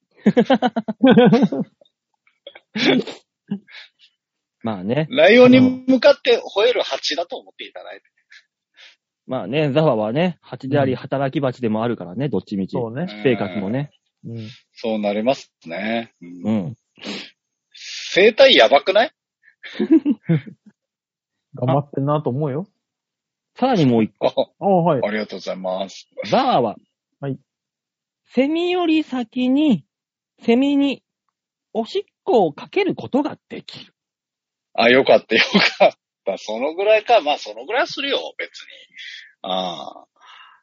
B: まあね。
D: ライオンに向かって吠える蜂だと思っていただいて。
B: まあね、ザワはね、蜂であり、働き蜂でもあるからね、どっちみ
C: う。
B: ち。
C: そうね。
B: 生活もね。
C: うん。
D: そうなりますね。
B: う
D: うん
B: ん。
D: 生態やばくない
C: 頑張ってんなと思うよ。
B: さらにもう一個。
C: あ
D: ああ
C: あ、はい。
D: りがとうございます。
B: ザワは、
C: はい。
B: セミより先に、セミに、おしっこをかけることができる。
D: あ、よかった、よかった。そのぐらいか。まあ、そのぐらいするよ、別に。ああ。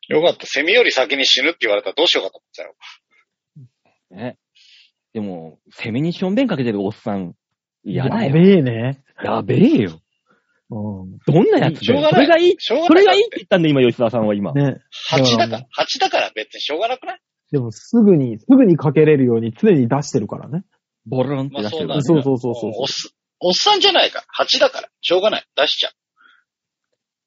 D: よかった。セミより先に死ぬって言われたらどうしようかと思ったよ。
B: ね。でも、セミにしょんべんかけてるおっさん、嫌だ
C: や
B: よ。
C: べえね。
B: やべえよ。
C: うん。
B: どんなやつ
D: し
B: だ
D: ょう
B: よ。
D: が
B: そ
D: な
B: れ
D: い。
B: がいい、
D: しょうが
B: そ
D: な
B: れ
D: い。
B: がいいって言ったんだ、今、吉沢さんは今。
C: ね。
D: 蜂
C: だ
D: だか
C: から
D: ら、蜂だから別にしょうがなくない
C: でもすぐに、すぐにかけれるように常に出してるからね。
B: ボロンって出してるからね、
D: まあ
C: そうそうそうそう
D: もうおっす、おっさんじゃないから。蜂だから。しょうがない。出しちゃ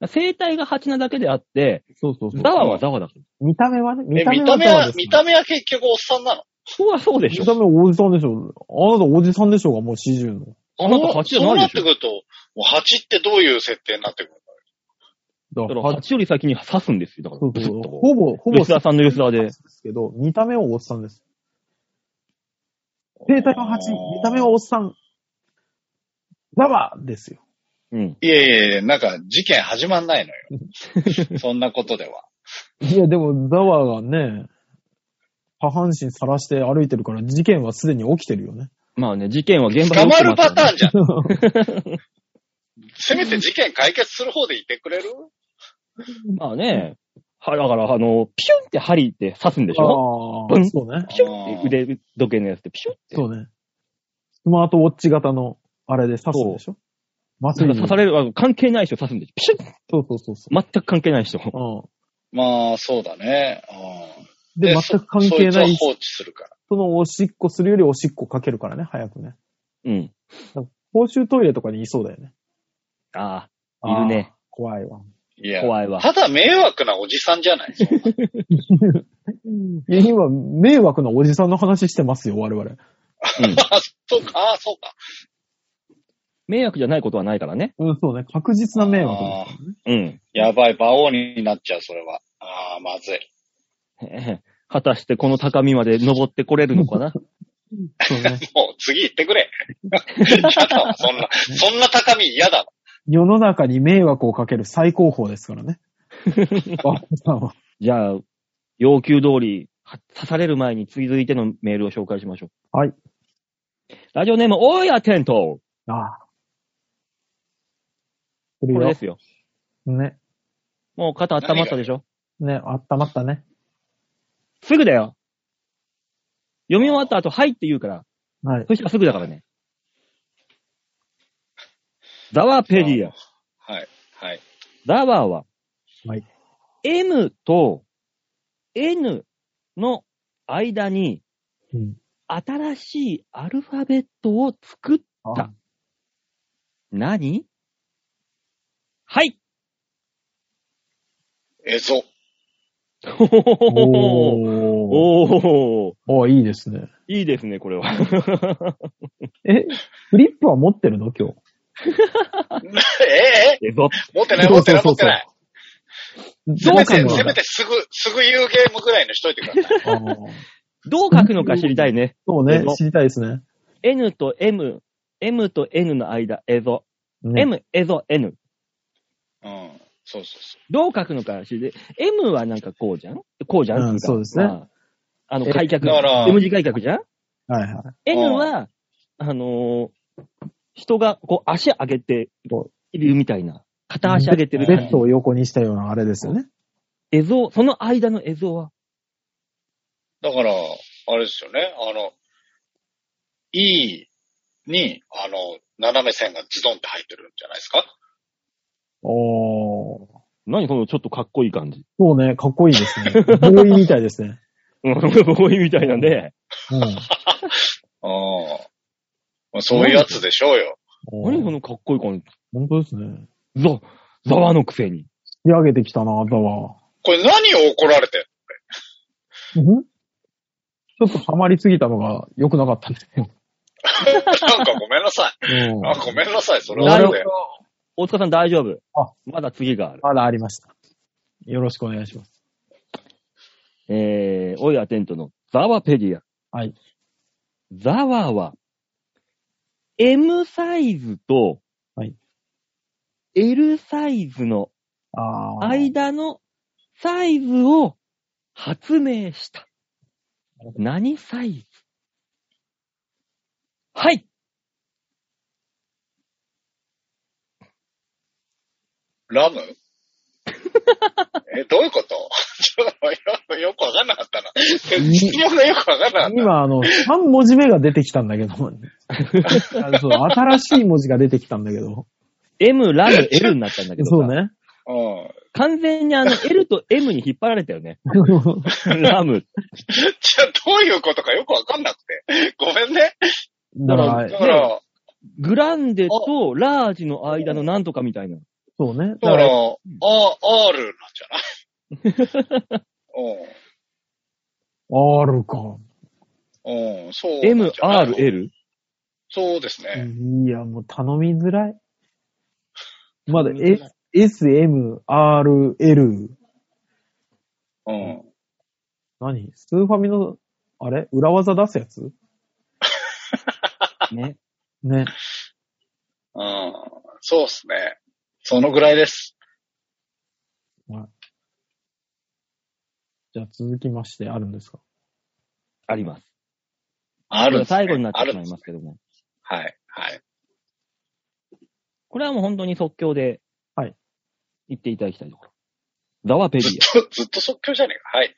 D: う。
B: 生態が蜂なだけであって、
C: そうそうそう。
B: ザワはザワだから。
C: 見た目はね、
D: え、
C: 見た目
D: 見た目
C: は
D: は
C: ど、うです
D: 見
C: か
D: た目は結局おっさんなの。
B: そうはそうでし
C: 見
B: ょ。
C: た目はおじさんでしょ。あなたおじさんでしょうが、もう40の。
B: あなた蜂じゃ
D: そ
B: な
D: うないっ
B: で
D: て
B: し
D: くると、もう蜂ってどういう設定になってく
C: だ
D: る
B: ょ。
C: か
B: だ
C: ら
B: から
C: は
B: 蜂より先に刺すんですよ。だか
C: そ
B: ら、
C: う
B: ブス
C: そ
B: ッ
C: う
B: とこう。
C: ほぼ、ほぼ、
B: 吉田さんの吉沢で
C: で。すけど、見た目はおっさんです。生態は8、見た目はおっさん。ザワですよ。
B: うん。
D: いやいやいや、なんか事件始まんないのよ。そんなことでは。
C: いや、でも、ザワがね、下半身さらして歩いてるから、事件はすでに起きてるよね。
B: まあね、事件は現場
D: 捕
B: に起
D: ま
B: きて
D: る
B: ます
D: パ
B: か
D: タ
B: ら
D: ー
B: ね。
D: ンじゃん。せめて事件解決する方でいてくれる
B: まあね。は、だから、あの、ピュンって針って刺すんでしょ
C: あ
B: う
C: あ、
B: ん
C: そうね。
B: ピュンって腕時計のやつってピュンって。
C: そうね。スマートウォッチ型の、あれで刺すんでしょ麻
B: なん
C: 酔
B: か刺される、あの関係ない人刺すんでしょ。ピシュ
C: そうそうそうそ
B: ッ全く関係ない人。
C: う。う
D: まあ、そうだね。
C: ん。
D: うん
C: で、全く関係な
D: そそ
C: い
D: つは放置するから。
C: そのおしっこするよりおしっこかけるからね、早くね。
B: うん。
C: 公衆トイレとかにいそうだよね。
B: ああ、いるね。
C: あー。怖いわ。
D: いや、
B: 怖いわ。
D: ただ迷惑なおじさんじゃない。 そんない
C: や、今、迷惑なおじさんの話してますよ、我々。
D: あ、そうか、ああ、そうか。
B: 迷惑じゃないことはないからね。
C: うん、そうね。確実な迷惑で
D: ああ
B: うん。
D: やばい、馬王になっちゃう、それは。ああ、まずい。
B: 果たしてこの高みまで登ってこれるのかな
C: す。そうね。
D: もう次行ってくれ。 嫌だわ、そんな、そんな高み嫌だわ。
C: 世の中に迷惑をかける最高峰ですか らね。バッファさんは。
B: じゃあ、要求通り、は刺される前に続いてのメールを紹介しましょう。
C: はい。
B: ラジオネーム、大谷テント。こ
C: ああ。こ
B: れですよ。
C: ね。
B: もう肩温まったでしょ
C: ね、あったまったね。
B: すぐだよ。読み終わった後、はいって言うから、
C: はい。
B: そしたらすぐだからね。ダワペディア。
D: はい。はい。
B: ダワは、
C: はい。
B: M と N の間に
C: うん。
B: 新しいアルファベットを作っ
C: あ
B: た。何はい。
D: えぞ。
B: おー
C: おー。
B: おー。
C: おー、いいですね。
B: いいですね、これは。
C: え、フリップは持ってるの今日。
D: ええ
B: えぞ。
D: 持ってない持ってない持ってない。
C: ど
D: せめて、
C: の
D: せめてすぐ、すぐ言うゲームぐらいのしといてくだ さい。
C: あー
B: どう書くのか知りたいね。
C: そう
B: え
C: ね
B: ぞ、
C: 知りたいですね。
B: N と M、M と N の間、えぞ。
C: ね
B: M、えぞ、N。
D: うん。そうそうそ
B: どう書くのか知り、M はなんかこうじゃんこうじゃん、
C: う
B: っ
C: ん
B: ていか
C: そうですね。
B: まああの、開脚
D: だから。
B: M 字開脚じゃん
C: はいはい。
B: ?N は、あのー人がこう足上げているみたいな。片足上げてる
D: う
C: ベ
D: ん
B: 感
C: ッ
B: じ
C: ド。を横にしたようなあれですよね。
B: 絵像、その間の絵像は。
D: う。だから、あれですよね。あの、E に、あの、斜め線がズドンって入ってるんじゃないですか
C: おー。
B: 何そのちょっとかっこいい感じ。
C: そうね、かっこいいですね。ボーイみたいですね。
B: うん、かっこいいみたいなんで。
C: うん。
D: ああ。まあ、そういうやつでしょうよ。
C: おー
B: 何そのかっこいい感
C: 本当ですね。
B: じ。ざ、ざわのくせに。
C: 仕上げてきたな、あとは。
D: これ何を怒られてん
C: んちょっとハマりすぎたのが良くなかったんですよ。
D: の なんかごめんなさい。
C: うん
D: あ、ごめんなさい。それ
B: な
D: は
B: る
D: そ
B: ほ
D: う
B: ど
D: で。。
B: 大塚さん大丈夫。
C: あ
B: まだ次がある。
C: まだありました。よろしくお願いします。
B: えー、おいアテントのザワペディア。
C: はい。
B: ザワは、M サイズと
C: はい、
B: L サイズの
C: ああ。
B: 間のサイズを発明した。何サイズはい
D: ラムえ、どういうこと ちょっとよよくわかんなかったな。質問がよくわかんなかった。
C: 今、あの、3文字目が出てきたんだけ ど、あそう新しい文字が出てきたんだけど。
B: ?M、ラム、L になったんだけどさ
C: そう ね。
D: うん。
B: 完全にあの L と M に引っ張られたよ ね。ラム。
D: じゃあどういうことかよくわかんなくて。ごめんね。
C: だから
D: だ、から、
B: グランデとラージの間のなんとかみたいな。
C: そうね。だ
D: だ
C: か
D: から、
C: ら、
D: あ R なんじゃない
C: R か。
D: うん。うん。そうなん
B: M
D: じ、ゃない。
B: R、L?
D: そうですね。
C: いや、もう頼みづらい。まだ S、S、M、R、L。
D: うん。
C: 何スーファミの、あれ裏技出すや つ
B: ね。
C: ね。
D: うん。そうですね。そのぐらいです。
C: じゃあ続きましてあるんですか
B: あります。
D: あるんです、ね。
B: 最後になってしまい
D: あるんで
B: ますけども。
D: はい。はい。
B: これはもう本当に即興で、
C: はい。
B: 言っていただきたいところ。ザワペデ
D: ず
B: ィア。
D: っと、ずっと即興じゃねえか。はい。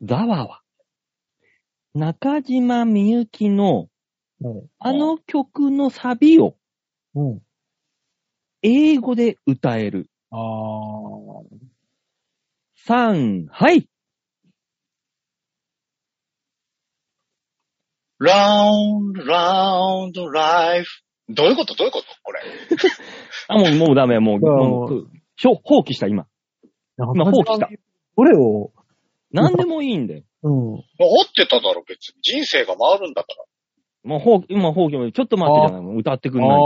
B: ザワは、中島みゆきの
C: うん。
B: あの曲のサビを
C: うん。
B: 英語で歌える。
C: あー。
B: さん、はい。
D: ラウンド、ラウンド、ライフ。どういうことどういうことこれ。
B: あ、もう、もうダメ、もう、
C: いや
B: もう、ひょ放棄した、今。今、放棄した。
C: どれを、
B: 何でもいいんだよ。
C: うん。
D: 合ってただろ、別に。人生が回るんだから。
B: もう、放棄、今、放棄も、ちょっと待ってじゃないもう歌ってくん
C: ああ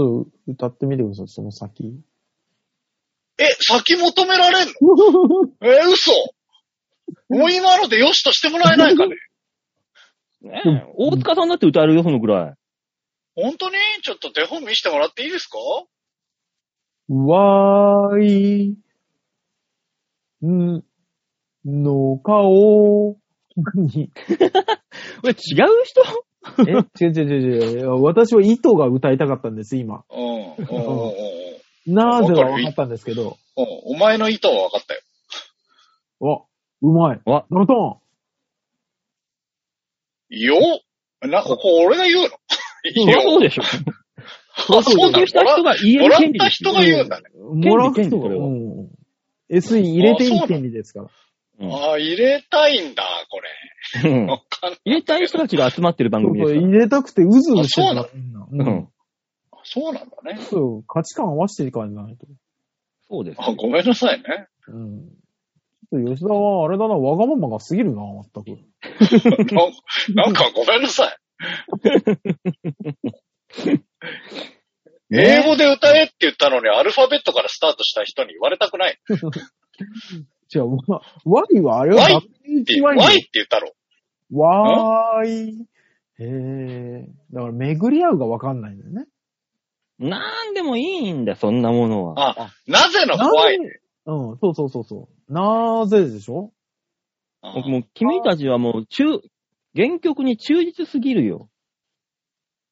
B: な
C: ち
B: い。
C: ょっと歌ってみてください、その先。
D: え、先求められんのえ、嘘もう今ので良しとしてもらえないか ね。
B: ねえ大塚さんだって歌えるよ、そのぐらい。
D: 本当にちょっと手本見せてもらっていいですか
C: わーい、ん、の顔に。
B: これ違う人
C: え、違う違う違う違う。私は糸が歌いたかったんです、今。
D: うん。うん。うんうんうん
C: なぜは分かったんですけど。
D: お前の意図は分かったよ。
C: わ、うまい。
B: わ、
C: ナルトン
D: よなんかここ俺が言うのい
B: そ
D: い
B: りゃそう
D: よ。
B: でしょ。
D: あ、そう
B: 投
D: なの
B: 票した人が言え
D: も
B: る
D: らっ
B: 権利
D: た
B: ですよ
D: 人が言うんだね。
C: もらう
B: 権利権利
C: 人
B: こ
C: が、
B: れは
C: うん。SE 入れていい権利ですから。
B: うん
D: ああ、入れたいんだ、これ。
B: うん
D: わかんない
B: 入れたい人たちが集まってる番
C: そう
B: 組で
C: そう
B: すか
C: 入れたくてうずうずしてたみんな。
B: ら。う
C: うんん。
D: そうなんだね。
C: そう、価値観合わせていかないと。
B: そうです。
D: あ、ごめんなさいね。
C: うん。ちょっと吉田は、あれだな、わがままが過ぎるな、まったく。
D: ななんかごめんなさい。英
C: ね
D: 語で歌えって言ったのに、アルファベットからスタートした人に言われたくない。
C: じゃあ、わ Y はあれは
D: Y って、
C: WHY
D: ワイって言ったろ。
C: わーい。へえ。だから、巡り合うがわかんないんだよね。
B: なんでもいいんだよ、そんなものは。
D: あ、なぜの怖い。
C: なぜうん、そうそうそうそう。なぜでしょ
D: あ
B: もう、君たちはもう、中、原曲に忠実すぎるよ。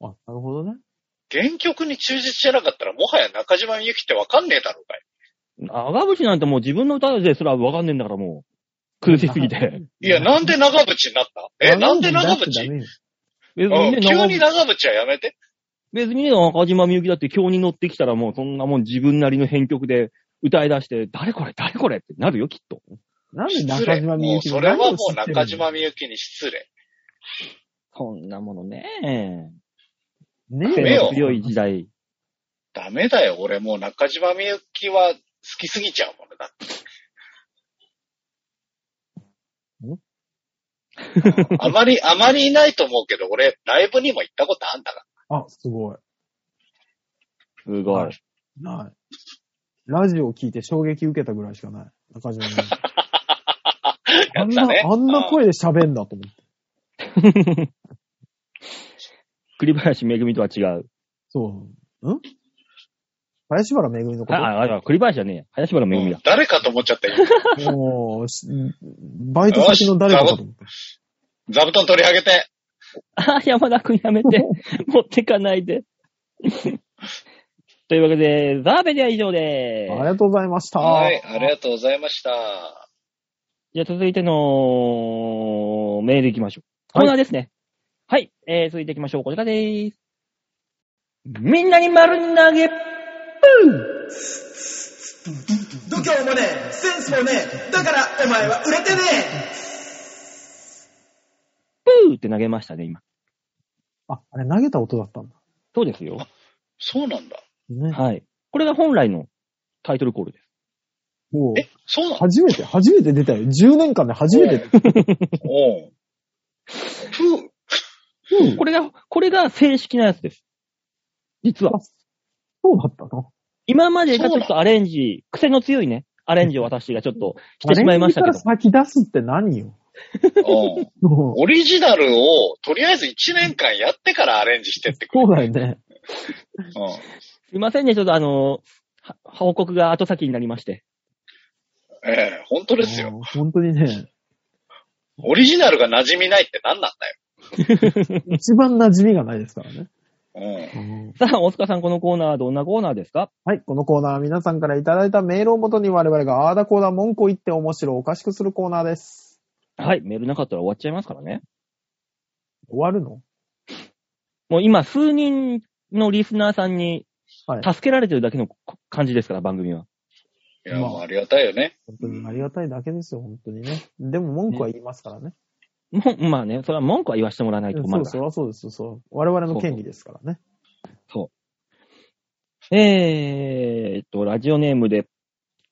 C: あ、なるほどね。
D: 原曲に忠実してなかったら、もはや中島みゆきってわかんねえだろうかい。
B: 長渕なんてもう自分の歌ですらわかんねえんだからもう、苦しすぎて。
D: いや、なんで長渕になったえ、なんで長渕
B: 別
D: う
B: に
D: ん
B: ね、
D: 急
B: 長
D: に
B: 渕
D: 長渕はやめて。
B: 別にね、中島みゆきだって今日に乗ってきたらもうそんなもん自分なりの編曲で歌い出して、誰これ誰これってなるよ、きっと。
C: なんで
D: 失
C: 中
D: 礼。
C: 島み
D: も
C: ゆ
D: う
C: き
D: そ
C: の
D: れは
C: 何
D: も
C: を知
D: う
C: ってる
D: 中島みゆきに失礼。
B: そんなものね。
C: ねえ
B: 手
D: よ
B: の強い時代。
D: ダメだよ、俺もう中島みゆきは好きすぎちゃうもんだって。あまり、あまりいないと思うけど、俺、ライブにも行ったことあんだか
C: あ、すごい。
B: すごい。
C: ない。ラジオを聞いて衝撃受けたぐらいしかない。中島みゆき。
D: ら。
C: あ
D: や
C: ん
D: った
C: な、
D: ね。
C: あんな声で喋んだと思って。
B: 栗林めぐみとは違う。
C: そう。ん林原めぐみのこ
B: あ、ああ栗林じゃねえや。林原
D: う
B: めぐみ
D: ん
B: だ。
D: 誰かと思っちゃったよ。
C: ともう、しバイト先の誰かかと思った。
D: 座布団取り上げて。
B: あ、山田くんやめ て。持ってかない で。というわけで、ザーベリは以上でーす
C: あり。がとうございました。
D: はい、ありがとうございました。
B: じゃあ続いてのメール行きましょう。コーナーですね。はい。えー、続いていきましょう。こちらでーす。みんなに丸投げ
A: 度胸もねえセンスもねえだからお前は売れてね
B: プーって投げましたね、今。
C: あ、あれ投げた音だったんだ。
B: そうですよ。
D: そうなんだ。
C: ね。
B: はい。これが本来のタイトルコールです。
C: もう、
D: え、そうなんだ。
C: 初めて、初めて出たよ。10年間で初めて。
D: おうふう
C: うん
B: これが、これが正式なやつです。実は
C: あ。そうだったの
B: 今までがちょっとアレンジ、癖の強いね、アレンジを私がちょっとしてしまいましたけ
C: あ
B: ど
C: れか。ら先出すって何よ。
D: おう
C: もう
D: オリジナルを、とりあえず1年間やってからアレンジしてってくれ。
C: そうだよね。
D: うん
B: すいませんね、ちょっとあの、は報告が後先になりまして。
D: ええ、本当ですよ。
C: もう本当にね、
D: オリジナルが馴染みないって何なん
C: 一番馴染みがないですからね。
D: だよ。
B: さあ、大塚さん、このコーナーはどんなコーナーですか
C: はい、このコーナーは皆さんからいただいたメールをもとに我々があーだこーだ文句を言って面白おかしくするコーナーです。
B: はい、メールなかったら終わっちゃいますからね。
C: 終わるの
B: もう今、数人のリスナーさんに
C: はい、
B: 助けられてるだけのこ感じですから、番組は。
D: うん。いや、
C: まあ
D: もうありがたいよね。
C: 本当にありがたいだけですよ、本当にね。でも文句は言いますからね。
B: もうまあね、それは文句は言わせてもらわないと
C: うん
B: 困
C: そ
B: る
C: う
B: か
C: そ
B: ら。
C: う、そうです、そう。我々の権利ですからね。
B: えーっと、ラジオネームで、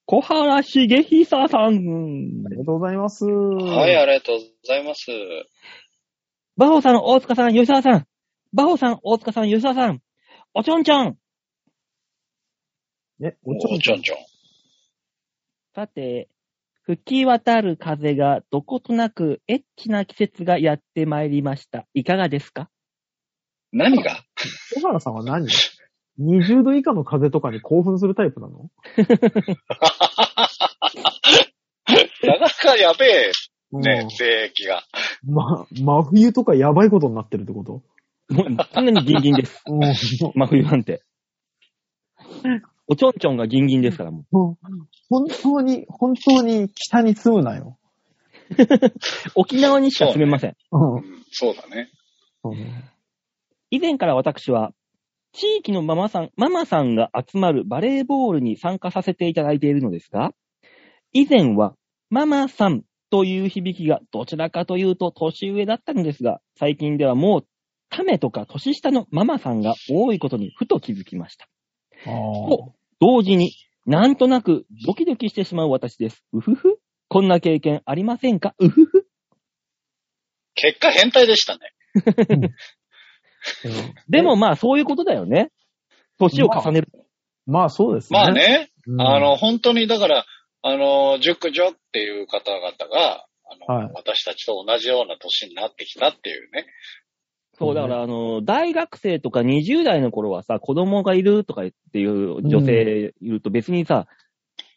B: 小原茂久さん
C: あ。りがとうございます。
D: はい、ありがとうございます。
B: バオさん、大塚さん、吉沢さん。バオさん、大塚さん、吉沢さん。おちょんちょん。
C: え、おちょ
D: お
C: ん
D: ち
C: ちょ
D: ょ
C: ん
D: ん。ちょん。
B: さて、吹き渡る風がどことなくエッチな季節がやってまいりました。いかがですか
D: 何が
C: 小原さんは何 ?20 度以下の風とかに興奮するタイプなの
D: なかなかやべえね
C: も、
D: 性域が。
C: うま、真冬とかやばいことになってるってこと
B: もう、そんなにギンギンです。
C: うん
B: 真冬なんて。おちょんちょんがギンギンですから、もう。
C: もう本当に、本当に北に住むなよ。
B: 沖縄にしか住めません。
C: う
D: うんんそうだね。
C: そうね
B: 以前から私は、地域のママさん、ママさんが集まるバレーボールに参加させていただいているのですが、以前は、ママさんという響きがどちらかというと年上だったのですが、最近ではもう、ためとか年下のママさんが多いことにふと気づきました。
C: あ
B: と、同時になんとなくドキドキしてしまう私です。うふふ。こんな経験ありませんかうふふ。
D: 結果変態でしたね。
C: ーうん
B: でもまあそういうことだよね。年を重ねる。
C: まあそうですね。
D: まあね、
C: うん
D: あの、本当にだから、あの、熟女っていう方々が、あの、
C: はい
D: 私たちと同じような年になってきたっていうね。
B: そう、だからあの、大学生とか20代の頃はさ、子供がいるとかっていう女性いると別にさ、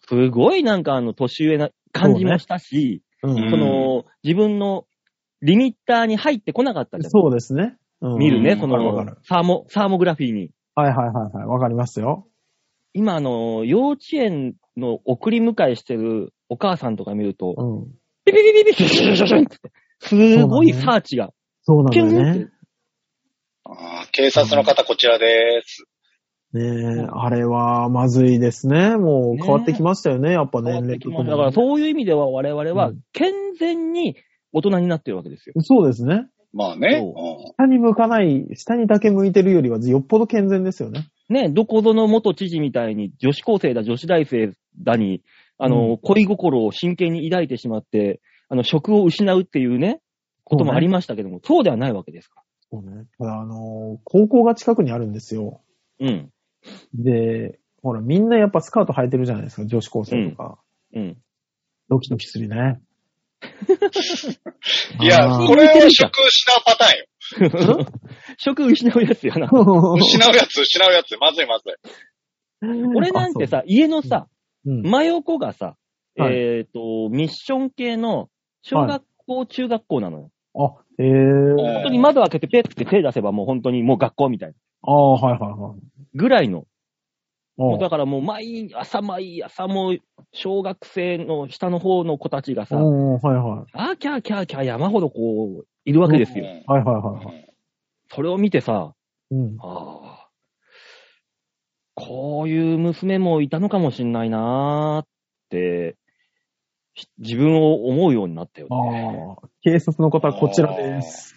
B: すごいなんかあの、年上な感じもしたし、
C: うん
B: そ,、
D: ね
B: の、自分のリミッターに入ってこなかったじゃん。
C: そうですね。うん
B: 見るね、そ
C: わか
B: の
C: る、
B: サーモ、サーモグラフィーに。
C: はいはいはいはい。わかりますよ。
B: 今、あの、幼稚園の送り迎えしてるお母さんとか見ると、
C: うん。
B: ピピピピピピシュシュシュシュンって、すごいサーチが、
C: そうなんだ
B: ピュ
C: よ
B: ンっ
C: ね
B: て。。
D: あー警察の方こちらです。
C: ねえ、あれはまずいですね。もう変わってきましたよね。やっぱ
B: 変
C: 年
B: わっ
C: 齢
B: てき
C: と
B: ま
C: と
B: す
C: も
B: だから
C: に。
B: そういう意味では我々は
C: うん
B: 健全に大人になってるわけですよ。
C: そうですね。
D: まあね。
B: そう
D: う
C: 下に向かない、下にだけ向いてるよりはよっぽど健全ですよね。
B: ね、どこぞの元知事みたいに女子高生だ、女子大生だに、あの、
C: う
B: 恋心を真剣に抱いてしまって、あの、職を失うっていうね、こともありましたけども、そうではないわけですか
C: そうね。ただ、あのー高校が近くにあるんですよ。
B: ら。うん。
C: で、ほら、みんなやっぱスカート履いてるじゃないですか、女子高生とか。
B: うん。
C: ドキドキするね。
D: ん。いや、
C: あー
D: これを職失うパターンよ。
B: 職失うやつやな。
D: 失うやつ、失うやつ。まずいまずい。
B: 俺なんてさ、家のさ、
C: うん、
B: 真横がさ、
C: はい
B: えっ、と、ミッション系の小学校、中学校なのよ。
C: あ、えー、
B: 本当に窓開けてペッて手出せばもう本当にもう学校みたいな。
C: ああ、はいはいはい。
B: ぐらいの。もう
C: あ
B: だからもう毎朝毎朝もう小学生の下の方の子たちが
C: あ、
B: さ、
C: うんはいはい。
B: あーキャーキャーキャー山ほどこう、いるわけですよ。
D: う
C: はいはいはいはい。
D: ん
B: それを見てさ、
C: うん。
B: ああ、こういう娘もいたのかもしんないなーって、ひ自分を思うようになったよね。
C: ああ、警察の方はこちらです。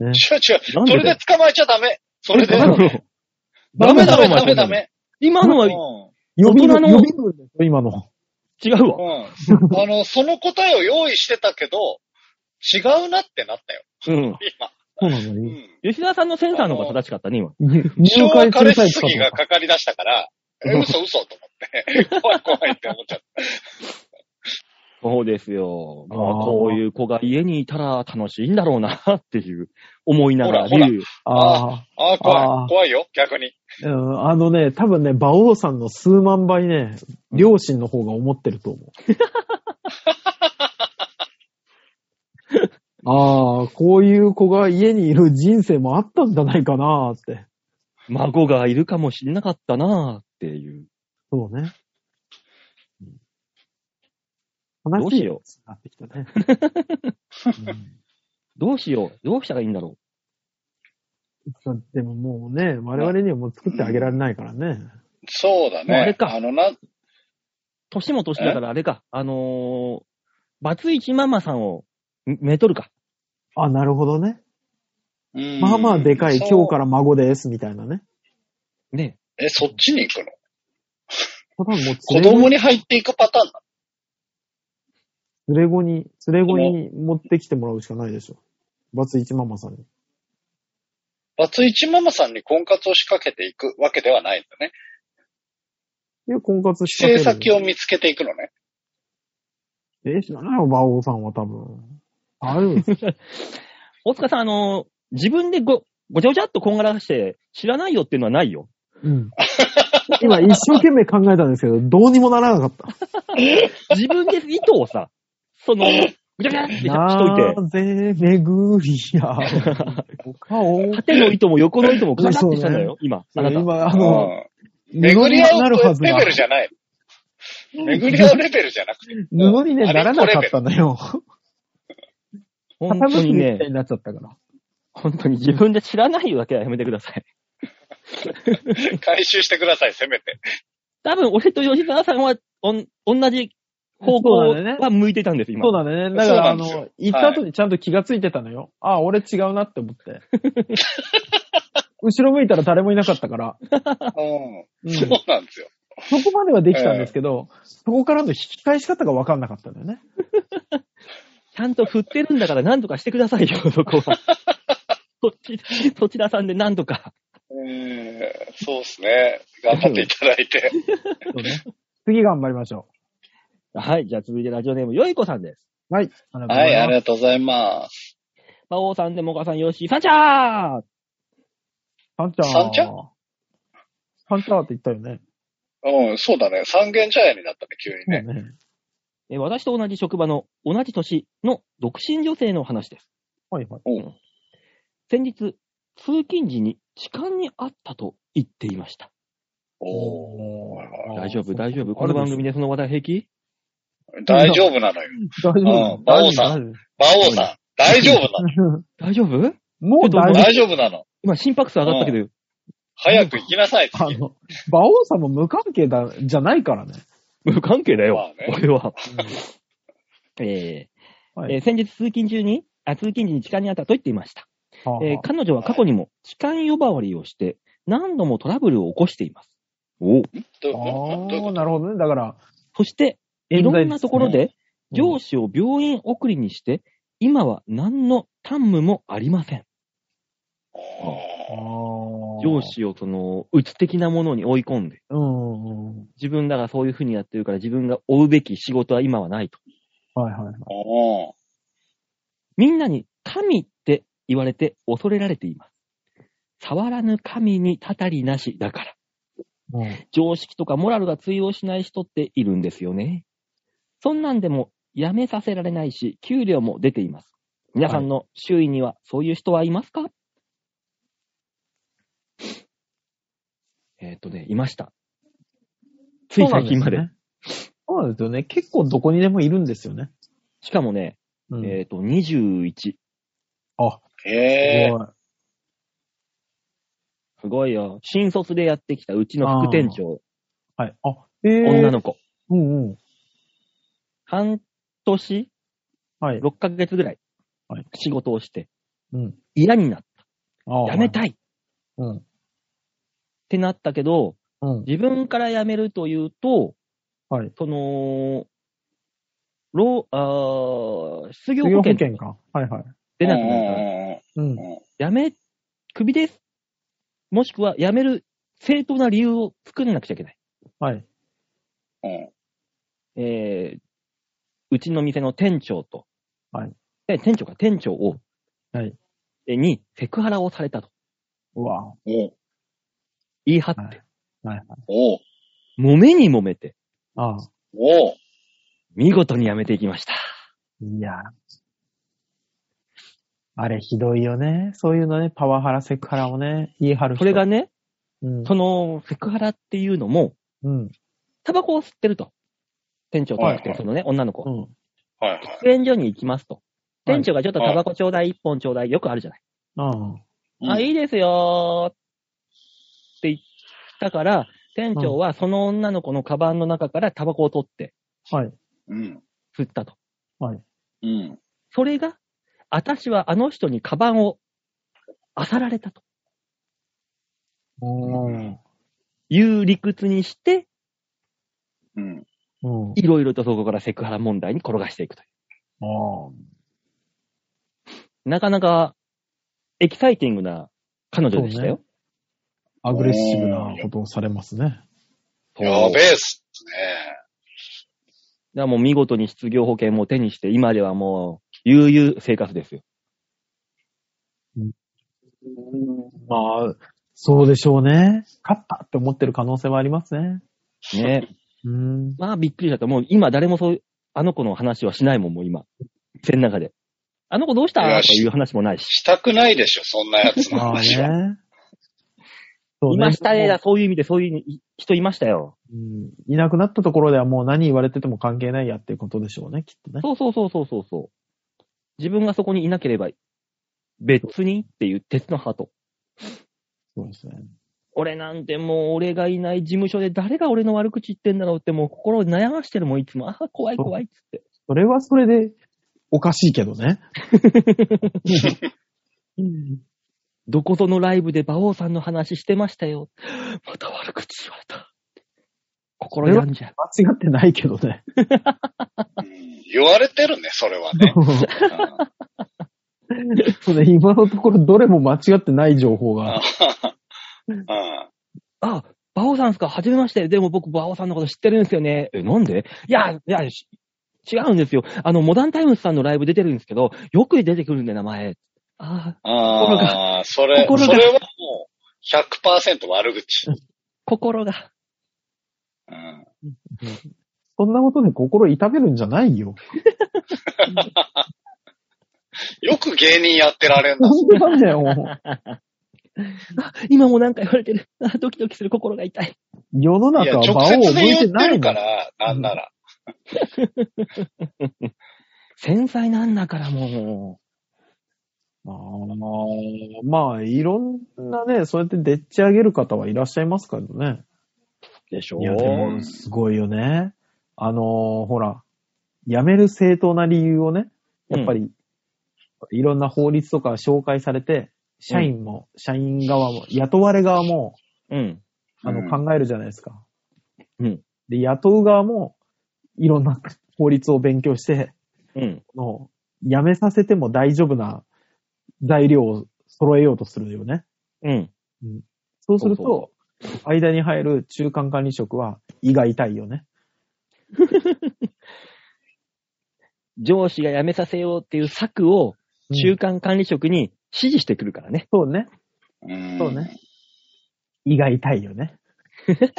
C: ね、
D: 違う違う。
B: なん
D: そ
B: で
D: れで捕まえちゃダメ。それで。
B: な
D: ダ
B: の
D: メ ダメダメダメダメ。
B: 今のは
D: う
B: 違
D: ん
C: 予備
B: 大人
C: 軍、
B: の
C: 予備軍ですよ、今の。
B: うわ。
D: うん。あの、その答えを用意してたけど、違うなってなったよ。
B: うん。
D: 今。
C: そうなの
D: う
C: に。
D: ん。
B: 吉田さんのセンサーの方が正しかったね、今。
C: 入
D: 昭和
C: 会す
D: 彼
C: る際
D: 氏主
C: 使った
D: 義
C: の
D: が
C: か。
D: かかり出したから、え嘘嘘と思って、 怖い怖いって思っちゃっ
B: そうですよ。まあ、
C: あー
B: こういう子が家にいたら楽しいんだろうな、っていう思いながら、
D: ほらほら
B: 竜
C: ああ。
D: た。ああ、怖い
C: あー
D: 怖いよ、逆に。
C: うんあのね、多分ね、馬王さんの数万倍ね、両親の方が思ってると思う。 ああ、こういう子が家にいる人生もあったんじゃないかなーって。
B: 孫がいるかもしれなかったな、っていう。
C: そうね。
B: ど
C: 悲
B: う
C: し
B: し
C: いよ
B: よ。
C: なってきたね。
B: どうしよう。どうしたらいいんだろ
C: うんでももうね、我々にはもう作ってあげられないからね。
D: そうだね。
B: もうあれか
D: のな、
B: う。年も年だからあれか。あのー、バツイチママさんをめ、めとるか。
C: あ、なるほどね。
D: うん
C: まあまあでかい、
D: そう
C: 今日から孫です、みたいなね。
B: ね。
D: え、そっちに行くの
C: 多分もう
D: 子
C: 連れ子
D: 供に入っていくパターンだ。
C: 連れ子に、連れ子に持ってきてもらうしかないでしょ。バツイチママさんに。
D: バツイチママさんに婚活を仕掛けていくわけではないんだね。
C: いや、婚活しか
D: 帰省先
C: を。
D: を見つけていくのね。
C: え、知らないよ、馬王さんは多分。あるん ですよ
B: 大塚さん、あのー自分でご、ごちゃごちゃっとこんがらして、知らないよっていうのはないよ。
C: うん。今一生懸命考えたんですけど、どうにもならなかった。
B: 自分で糸を さ、その、ぐちゃぐちゃってしといて。
C: なぜ巡りや、お 顔。
B: 縦の糸も横の糸もぐちゃぐちゃってしたんだよ、今。あなた。
C: 今、あ
D: う
C: の、
D: ん巡り合
C: 布になるは
D: う
C: ず
D: レ
C: が
D: ベルじゃない。巡り合うレベルじゃなくて。
C: 布にね、
D: あれ
C: ならなかったんだよ。
B: 本
C: 傾
B: 当
C: き
B: に
C: みたい
B: ね、
C: になっちゃったから。
B: 本当に自分で知らないわけはやめてください。
D: 回収して ください、せめて。
B: 多分、俺と吉沢さんは、おん、同じ方向
C: そうだね
B: は向いてたんです、今。
C: そうだね。だから、あの
D: そうなん、
C: 行った後にちゃんと気がついてたのよ。ああ、俺違うなって思って。後ろ向いたら誰もいなかったから。
D: う
C: う
D: ん。
C: ん、
D: そ
C: そう
D: なんですよ。
C: こまではできたんですけど、そこからの引き返し方が分かんなかったんだよね。
B: ちゃんと振ってるんだから何とかしてくださいよ、そ こは。そっち、そちらさんで何とか。
D: えー、そうですね。頑張っていただいて。
C: そう ね次頑張りましょ
B: はい、じゃあ続いてラジオネーム、よいこさんです。
C: う。はい。ありがとうござ
D: はい、あ
C: いま
D: りがとうございます。
B: 魔王さんで、もかさん、よしー、さんちゃー
C: す。サンチャー。
D: サン
C: サンチャーって言ったよね。
D: うん、そうだね。三軒茶屋になったね、急にね。
C: そうね。
B: え私と同じ職場の同じ年の独身女性の話です。
C: はいはい。
D: うん。
B: 先日、通勤時に痴漢にあったと言っていました。
D: おー
C: あー
B: 大丈夫、大丈夫。この番組でその話題平気
D: 大丈夫なのよ。
C: 大丈夫。
D: 馬王さ
C: 大丈夫。
D: 馬王さん、大丈夫なの
C: 大丈夫
B: 大丈夫
C: もう大丈夫。
D: 大丈夫なの
B: 今心拍数上がったけど、
D: 早く行きなさい、
C: あ
D: 次。
C: の、馬王さんも無関係だ、じゃないからね。
B: 無関係だよ、
D: まあね
B: 俺は。えー
C: はい
B: えー先日通勤中に、あ、通勤時に痴漢にあったと言っていました。
C: はあ
B: えー彼女は過去にも痴漢呼ばわりをして、何度もトラブルを起こしています。お
D: どういうことどういう
C: あ
D: こ
C: あ、
D: と
C: なるほどね。だから、
B: そして、
C: 冤
B: い
C: 罪
B: ろ
C: ですね
B: んなところで、
C: うん
B: 上司を病院送りにして、今は何の短務もありません。
C: ああ
B: 上。司をその、鬱的なものに追い込んで、
C: うんうん。
B: 自分だがそういう風にやってるから自分が追うべき仕事は今はないと。
C: はいはいはい。
D: おー
B: みんなに神って言われて恐れられています。触らぬ神にたたりなしだから。
C: うん
B: 常識とかモラルが通用しない人っているんですよね。そんなんでも辞めさせられないし、給料も出ています。皆さんの周囲にはそういう人はいますか、えーっ、とね、いました。つい最近まで。。
C: そうなんですよね。結構どこにでもいるんですよね。
B: しかもね、
C: うん
B: えーっ、と、21。
D: へえ。
C: すごい
B: すごいよ。新卒でやってきたうちの副店長、
C: はい。あ、えー、
B: 女の子。
C: うんうん。
B: 半年
C: はい。
B: ?6 ヶ月ぐらい
C: はい。
B: 仕事をして、
C: うん。
B: 嫌になっ
C: あ
B: た。辞めたいっ
C: うん。
B: てなったけど、
C: うん。
B: 自分から辞めるというと、
C: はい。
B: その、労、あー失業
C: 企
B: 保
C: 業保
B: 険
C: 険か。はいはい。
B: 出なくなるから、
C: うん。
B: 辞め、クビです。もしくは辞める正当な理由を作らなくちゃいけない。
C: はい。
D: うんうんうん
B: えー、うちの店の店長と、
C: はい
B: で店長か、店長を、
C: はい
B: えにセクハラをされたと
C: うわ
D: おう
B: 言い張って、
C: はい
D: おう
B: 揉めに揉めて、
C: ああ。
D: おう
B: 見事に辞めていきました。
C: いや。あれひどいよね。そういうのね、パワハラ、セクハラをね、言い張る人。
B: それが、ね、
C: うん。
B: そのセクハラっていうのも、
C: うん。
B: タバコを吸ってると。店長となくて、
D: はいはい
B: そのね、女の子。
C: う
B: 喫
C: ん。
D: はいはい。
B: 煙所に行きますと。
C: はい
B: 店長がちょっとタバコちょうだい、一本ちょうだい、よくあるじゃない。
C: あ
D: うん
B: あ、いいですよーって言ったから、店長はその女の子のカバンの中からタバコを取って
C: あ。はい。
D: うん。
B: 吸ったと。
D: うん。
B: それが、私はあの人にカバンを漁られたと
C: うん。
B: いう理屈にして、
D: うん。
C: うん。
B: いろいろとそこからセクハラ問題に転がしていくとい
C: あ
B: う。なかなかエキサイティングな彼女でしたよ。
C: あ。アグレッシブなことをされますね。
D: やべえっす
B: だからもう見事に失業保険も手にして、今ではもう、悠々生活ですよ。
C: まあ、そうでしょうね。勝ったって思ってる可能性はありますね。
B: ね。
C: うん。
B: まあびっくりしたと。もう今誰もそう、あの子の話はしないもん、もう今。店の中で。あの子どうした
D: よ
B: と
D: し
B: いう話もない
D: ね。
B: し。
D: したくないでしょ、そんなやつの
C: まあ
D: 話は。
C: ね。そう
B: いましたね。そういう意味で、そういうい人いましたよ。
C: うんいなくなったところではもう何言われてても関係ないやっていうことでしょうね、きっとね。
B: そうそうそうそうそうそう。自分がそこにいなければ別にっていう鉄のハート。
C: そうですね。
B: 俺なんてもう俺がいない事務所で誰が俺の悪口言ってんだろうってもう心を悩ましてるもんいつも。ああ、怖い怖いっつって。
C: それはそれでおかしいけど ね。
B: どこぞのライブで馬王さんの話してましたよ。また悪口言われた。心病んじゃう。
C: 間違ってないけど ね。
D: うん言われてるね、それはね。うん
C: そうね今のところどれも間違ってない情報が。
D: うん
B: あ、馬王さんですかはじめまして。でも僕、馬王さんのこと知ってるんですよね。え、なんでいや、いや、し違うんですよ。あの、モダンタイムズさんのライブ出てるんですけど、よく出てくるんで、名前。ああ、心
D: ああ、それ、
B: 心
D: そ
B: が
D: れはもう100%悪口。
B: 心が。
D: うん
C: そんなことで心痛めるんじゃないよ。
D: よく芸人やってられんな
C: な。んでなんだよ、 も
B: あ今もなんか言われてる。あドキドキする心が痛い。
C: う。世の
D: いや、
C: 中は
D: 直
C: 場を向
D: 接で
C: いて
D: 言っ
C: な
D: て
C: い
D: る
C: の
D: か。ら、なんなら。
B: 繊細なんだから、も
C: あーまあ、いろんなね、そうやってでっち上げる方はいらっしゃいますからね。
B: う。でしょ
C: いや、でも、すごいよね。あのーほら、辞める正当な理由をね、やっぱり、いろんな法律とか紹介されて、社員も、社員側も、雇われ側も、
B: うん。
C: あ
D: うん
C: の、考えるじゃないですか。
B: うん。
C: で、雇う側も、いろんな法律を勉強して、
B: うん。
C: の、辞めさせても大丈夫な材料を揃えようとするよね。
B: うん。
C: そうすると、
B: そ
C: 間に入る中間管理職は胃が痛いよね。
B: 上司が辞めさせようっていう策を、中
C: 間、
B: 間管理職に指示してくるからね。
C: そうね。
D: うん
C: そうね。胃が痛いよね。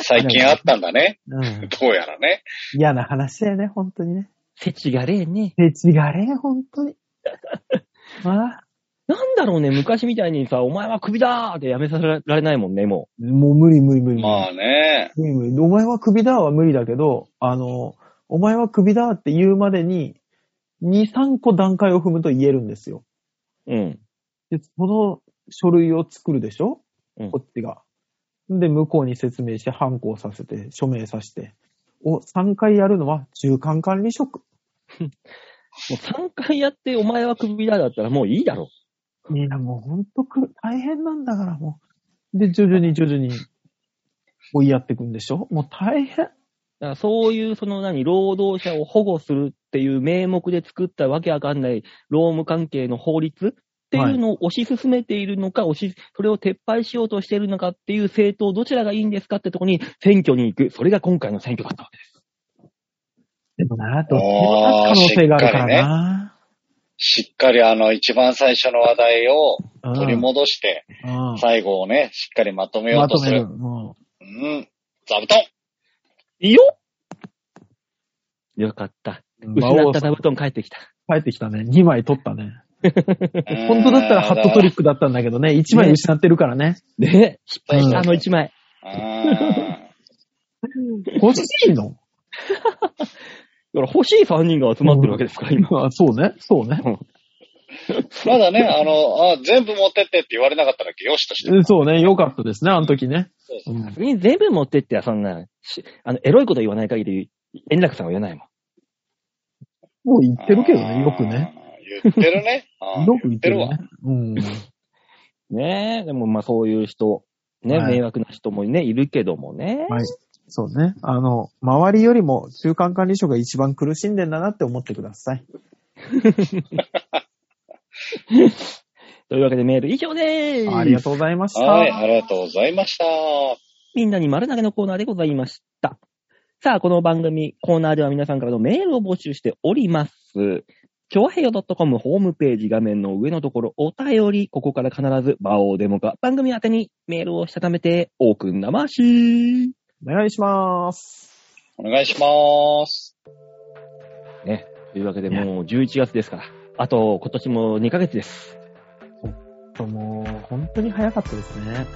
D: 最近あったんだね。
C: うん。
D: どうやらね。
C: 嫌な話だよね、本当にね。
B: せちがれえね。
C: 手違れ、本当に。まあ、
B: なんだろうね、昔みたいにさ、お前はクビだーってやめさせられないもんね、も
C: もう無理無理無理無理。
D: まあね。
C: 無理無理。お前は首だは無理だけど、あの、お前は首だって言うまでに、2、3個段階を踏むと言えるんですよ。
B: う。うん。
C: で、その書類を作るでしょ、
B: うん
C: こっちが。で、向こうに説明して、反抗させて、署名させて。を3回やるのは中間管理職。
B: もう3回やってお前はクビだだったらもういいだろ。
C: みんなもうほんとく、大変なんだからもう。で、徐々に徐々に追いやっていくんでしょもう大変。
B: だからそういう、その何、労働者を保護するっていう名目で作ったわけわかんない労務関係の法律っていうのを推し進めているのか、推し、それを撤廃しようとしているのかっていう政党、どちらがいいんですかってとこに選挙に行く。それが今回の選挙だったわけです。
C: でもな、どっちもな可能性があるからな。
D: しっかりあの、一番最初の話題を
C: うん
D: 取り戻して、
C: うん
D: 最後をね、しっかりまとめよう
C: ま
D: と
C: と
D: す
C: める。
D: る。
C: うん
D: うん。座布団
B: いいよよかった。
C: 馬
B: 失っ
C: 王
B: た
C: さ
B: 座
C: ん
B: 布団帰ってきた。
C: 帰ってきたね。2枚取ったね。
D: うん
C: 本当だったらハットトリックだったんだけどね、1枚失ってるからね。
B: ね失敗し
C: うん
B: た、あの一枚。
D: うん
C: 欲しいの
B: だから欲しい3人が集まってるわけですから、今。
C: あそうね。そうね。
D: まだね、あの、あ全部持ってってって言われなかったらよしとして。
C: そうね。よかったですね、あの時ね。うん
B: 別に全部持ってっては、そんな、しあの、エロいこと言わない限り、円楽さんは言わないもん。
C: もう言ってるけどね、よくね。
D: あー。言って るね。あー
C: よく言ってる
D: わ
C: ね。うん。
B: ねえ、でもまあそういう人、ね、
C: はい
B: 迷惑な人もね、いるけどもね。
C: はい。そうね。あの、周りよりも中間管理職が一番苦しんでんだなって思ってください。
B: というわけでメール以上でーす。
C: ありがとうございました。
D: はい、ありがとうございました。
B: みんなに丸投げのコーナーでございました。さあ、この番組、コーナーでは皆さんからのメールを募集しております。ちょわへよ .com ホームページ画面の上のところ、お便り、ここから必ず、魔王デモか番組宛てにメールをしたためて、オーくん生し。
C: お願いします。
D: お願いします。
B: ね。というわけで、もう11月ですから。あと、今年も2ヶ月です。
C: もう、本当に早かったですね。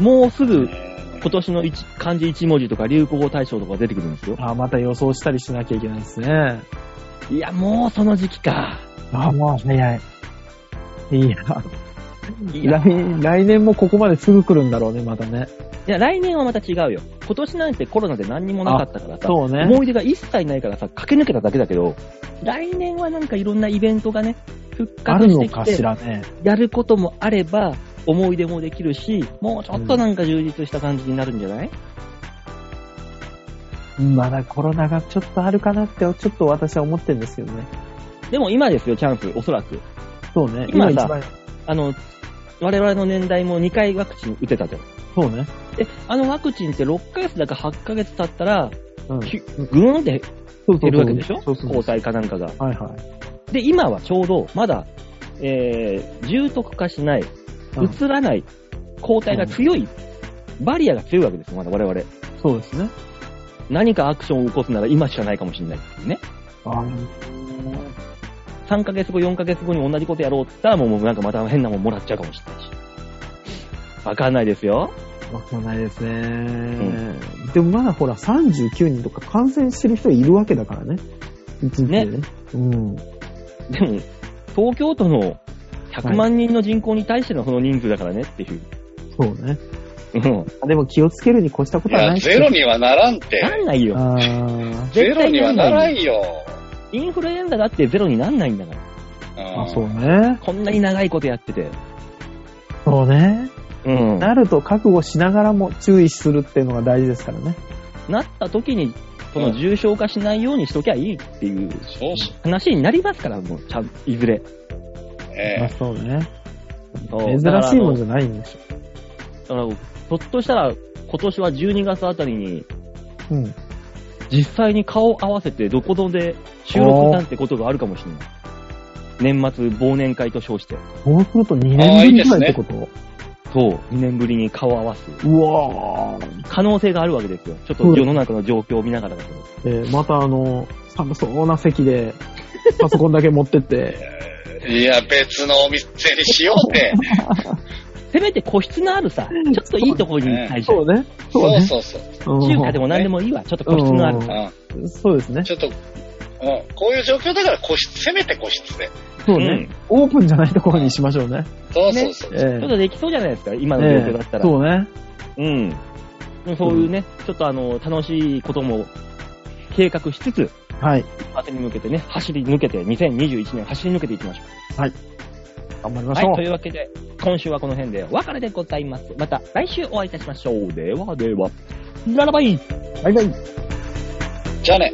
B: もうすぐ、
D: え
B: 今年の一漢字1文字とか流行語大賞とか出てくるんですよ。
C: あまた予想したりしなきゃいけないですね。
B: いや、もうその時期か。
C: あもう早い。いや、
B: いや、
C: 来、来年もここまですぐ来るんだろうね、またね。
B: いや来年はまた違うよ。今年なんてコロナで何にもなかったからさ、
C: そうね。
B: 思い出が一切ないからさ、駆け抜けただけだけど、来年はなんかいろんなイベントがね、復
C: あ
B: 活
C: る
B: し
C: の
B: てき
C: か
B: て
C: し、らね。
B: やることもあれば、思い出もできるし、もうちょっとなんか充実した感じになるんじゃない、
C: まだコロナがちょっとあるかなって、ちょっと私は思ってるんですけどね。
B: でも今ですよ、チャンス、おそらく。
C: そうね。
B: 今さ
C: 番、
B: あの、我々の年代も2回ワクチン打てたじゃん。
C: そうね。
B: で、あのワクチンって6ヶ月だか8ヶ月経ったら、
C: うん。
B: きぐーんって
C: そう
B: 減るわけでしょ
C: そうそう
B: 抗体かなんかが。
C: はいはい。
B: で、今はちょうど、まだ、えー、重篤化しない、
C: うん
B: うつらない、抗体が強い、バリアが強いわけですよ、まだ我々。
C: そうですね。
B: 何かアクションを起こすなら今しかないかもしれないっていうね。
C: あの
B: 3ヶ月後、4ヶ月後に同じことやろうって言ったら、もうもうなんかまた変なもんもらっちゃうかもしれないし。わかんないですよ。
C: わかんないですね、でもまだほら、39人とか感染してる人いるわけだからね。一日でね。うん。
B: でも、東京都の100万人の人口に対してのその人数だからねっていう。
C: そうね。
B: うん。
C: あでも気をつけるに越したこ
D: い
C: とは
D: や、
C: ない
D: ゼロにはならんって。
B: なんないよ。
C: あ ー
D: ゼロにはならんよ。
B: インフルエンザだってゼロになんないんだから。
D: うん
C: あ、そうね。
B: こんなに長いことやってて。
C: そうね。
B: うん。
C: なると覚悟しながらも注意するっていうのが大事ですからね。
B: なった時に、その重症化しないようにしときゃいいっていう
D: そうっす
B: 話になりますから、もう、ちゃん、いずれ。
C: まあ
D: ね。
C: そうね。
B: そう
C: 珍しいもんじゃないんでしょ。
B: だからあのだからひょっとしたら、今年は12月あたりに、
C: うん。
B: 実際に顔合わせてどこどんで収録なんてことがあるかもしれない。年末忘年会と称して。
C: そうすると2年ぶりぐらいってこと
B: そう、2年ぶりに顔合わす
C: うわー。
B: 可能性があるわけですよ。ちょっ
C: そう
B: と
C: です
B: 世の中の状況を見ながらだけど。
C: えーまたあの、寒そうな席で、パソコンだけ持っ てって、
D: いや、別のお店にしようって。
B: せめて個室のあるさ、ちょっといいところに対して、
C: そうね。そう
D: そう
C: ね。
D: そうそう。
C: うん
B: 中華でも何でもいいわ。ちょっと個室のある
C: う
B: さ。
D: う
C: そうですね
D: ん。。ちょっと、うん、こういう状況だから個室、せめて個室で。
C: そうね、
B: うん
C: オープンじゃないところにしましょうね。
D: そうそうそう。
C: ええ
B: ちょっとできそうじゃないですか、今の
C: え
B: 状況だった
C: え
B: ら。
C: そうね。
B: うん。でもそういうね、ちょっとあの、楽しいことも計画しつつ、
C: はい。
B: 当てに向けてね、走り抜けて、2021年走り抜けていきましょう。
C: 頑張りま
B: は
C: しょう。
B: い、というわけで、今週はこの辺でお別れでございます。また来週お会いいたしましょう。ではでは、ララバイ
C: バイバイ。
D: じゃあね。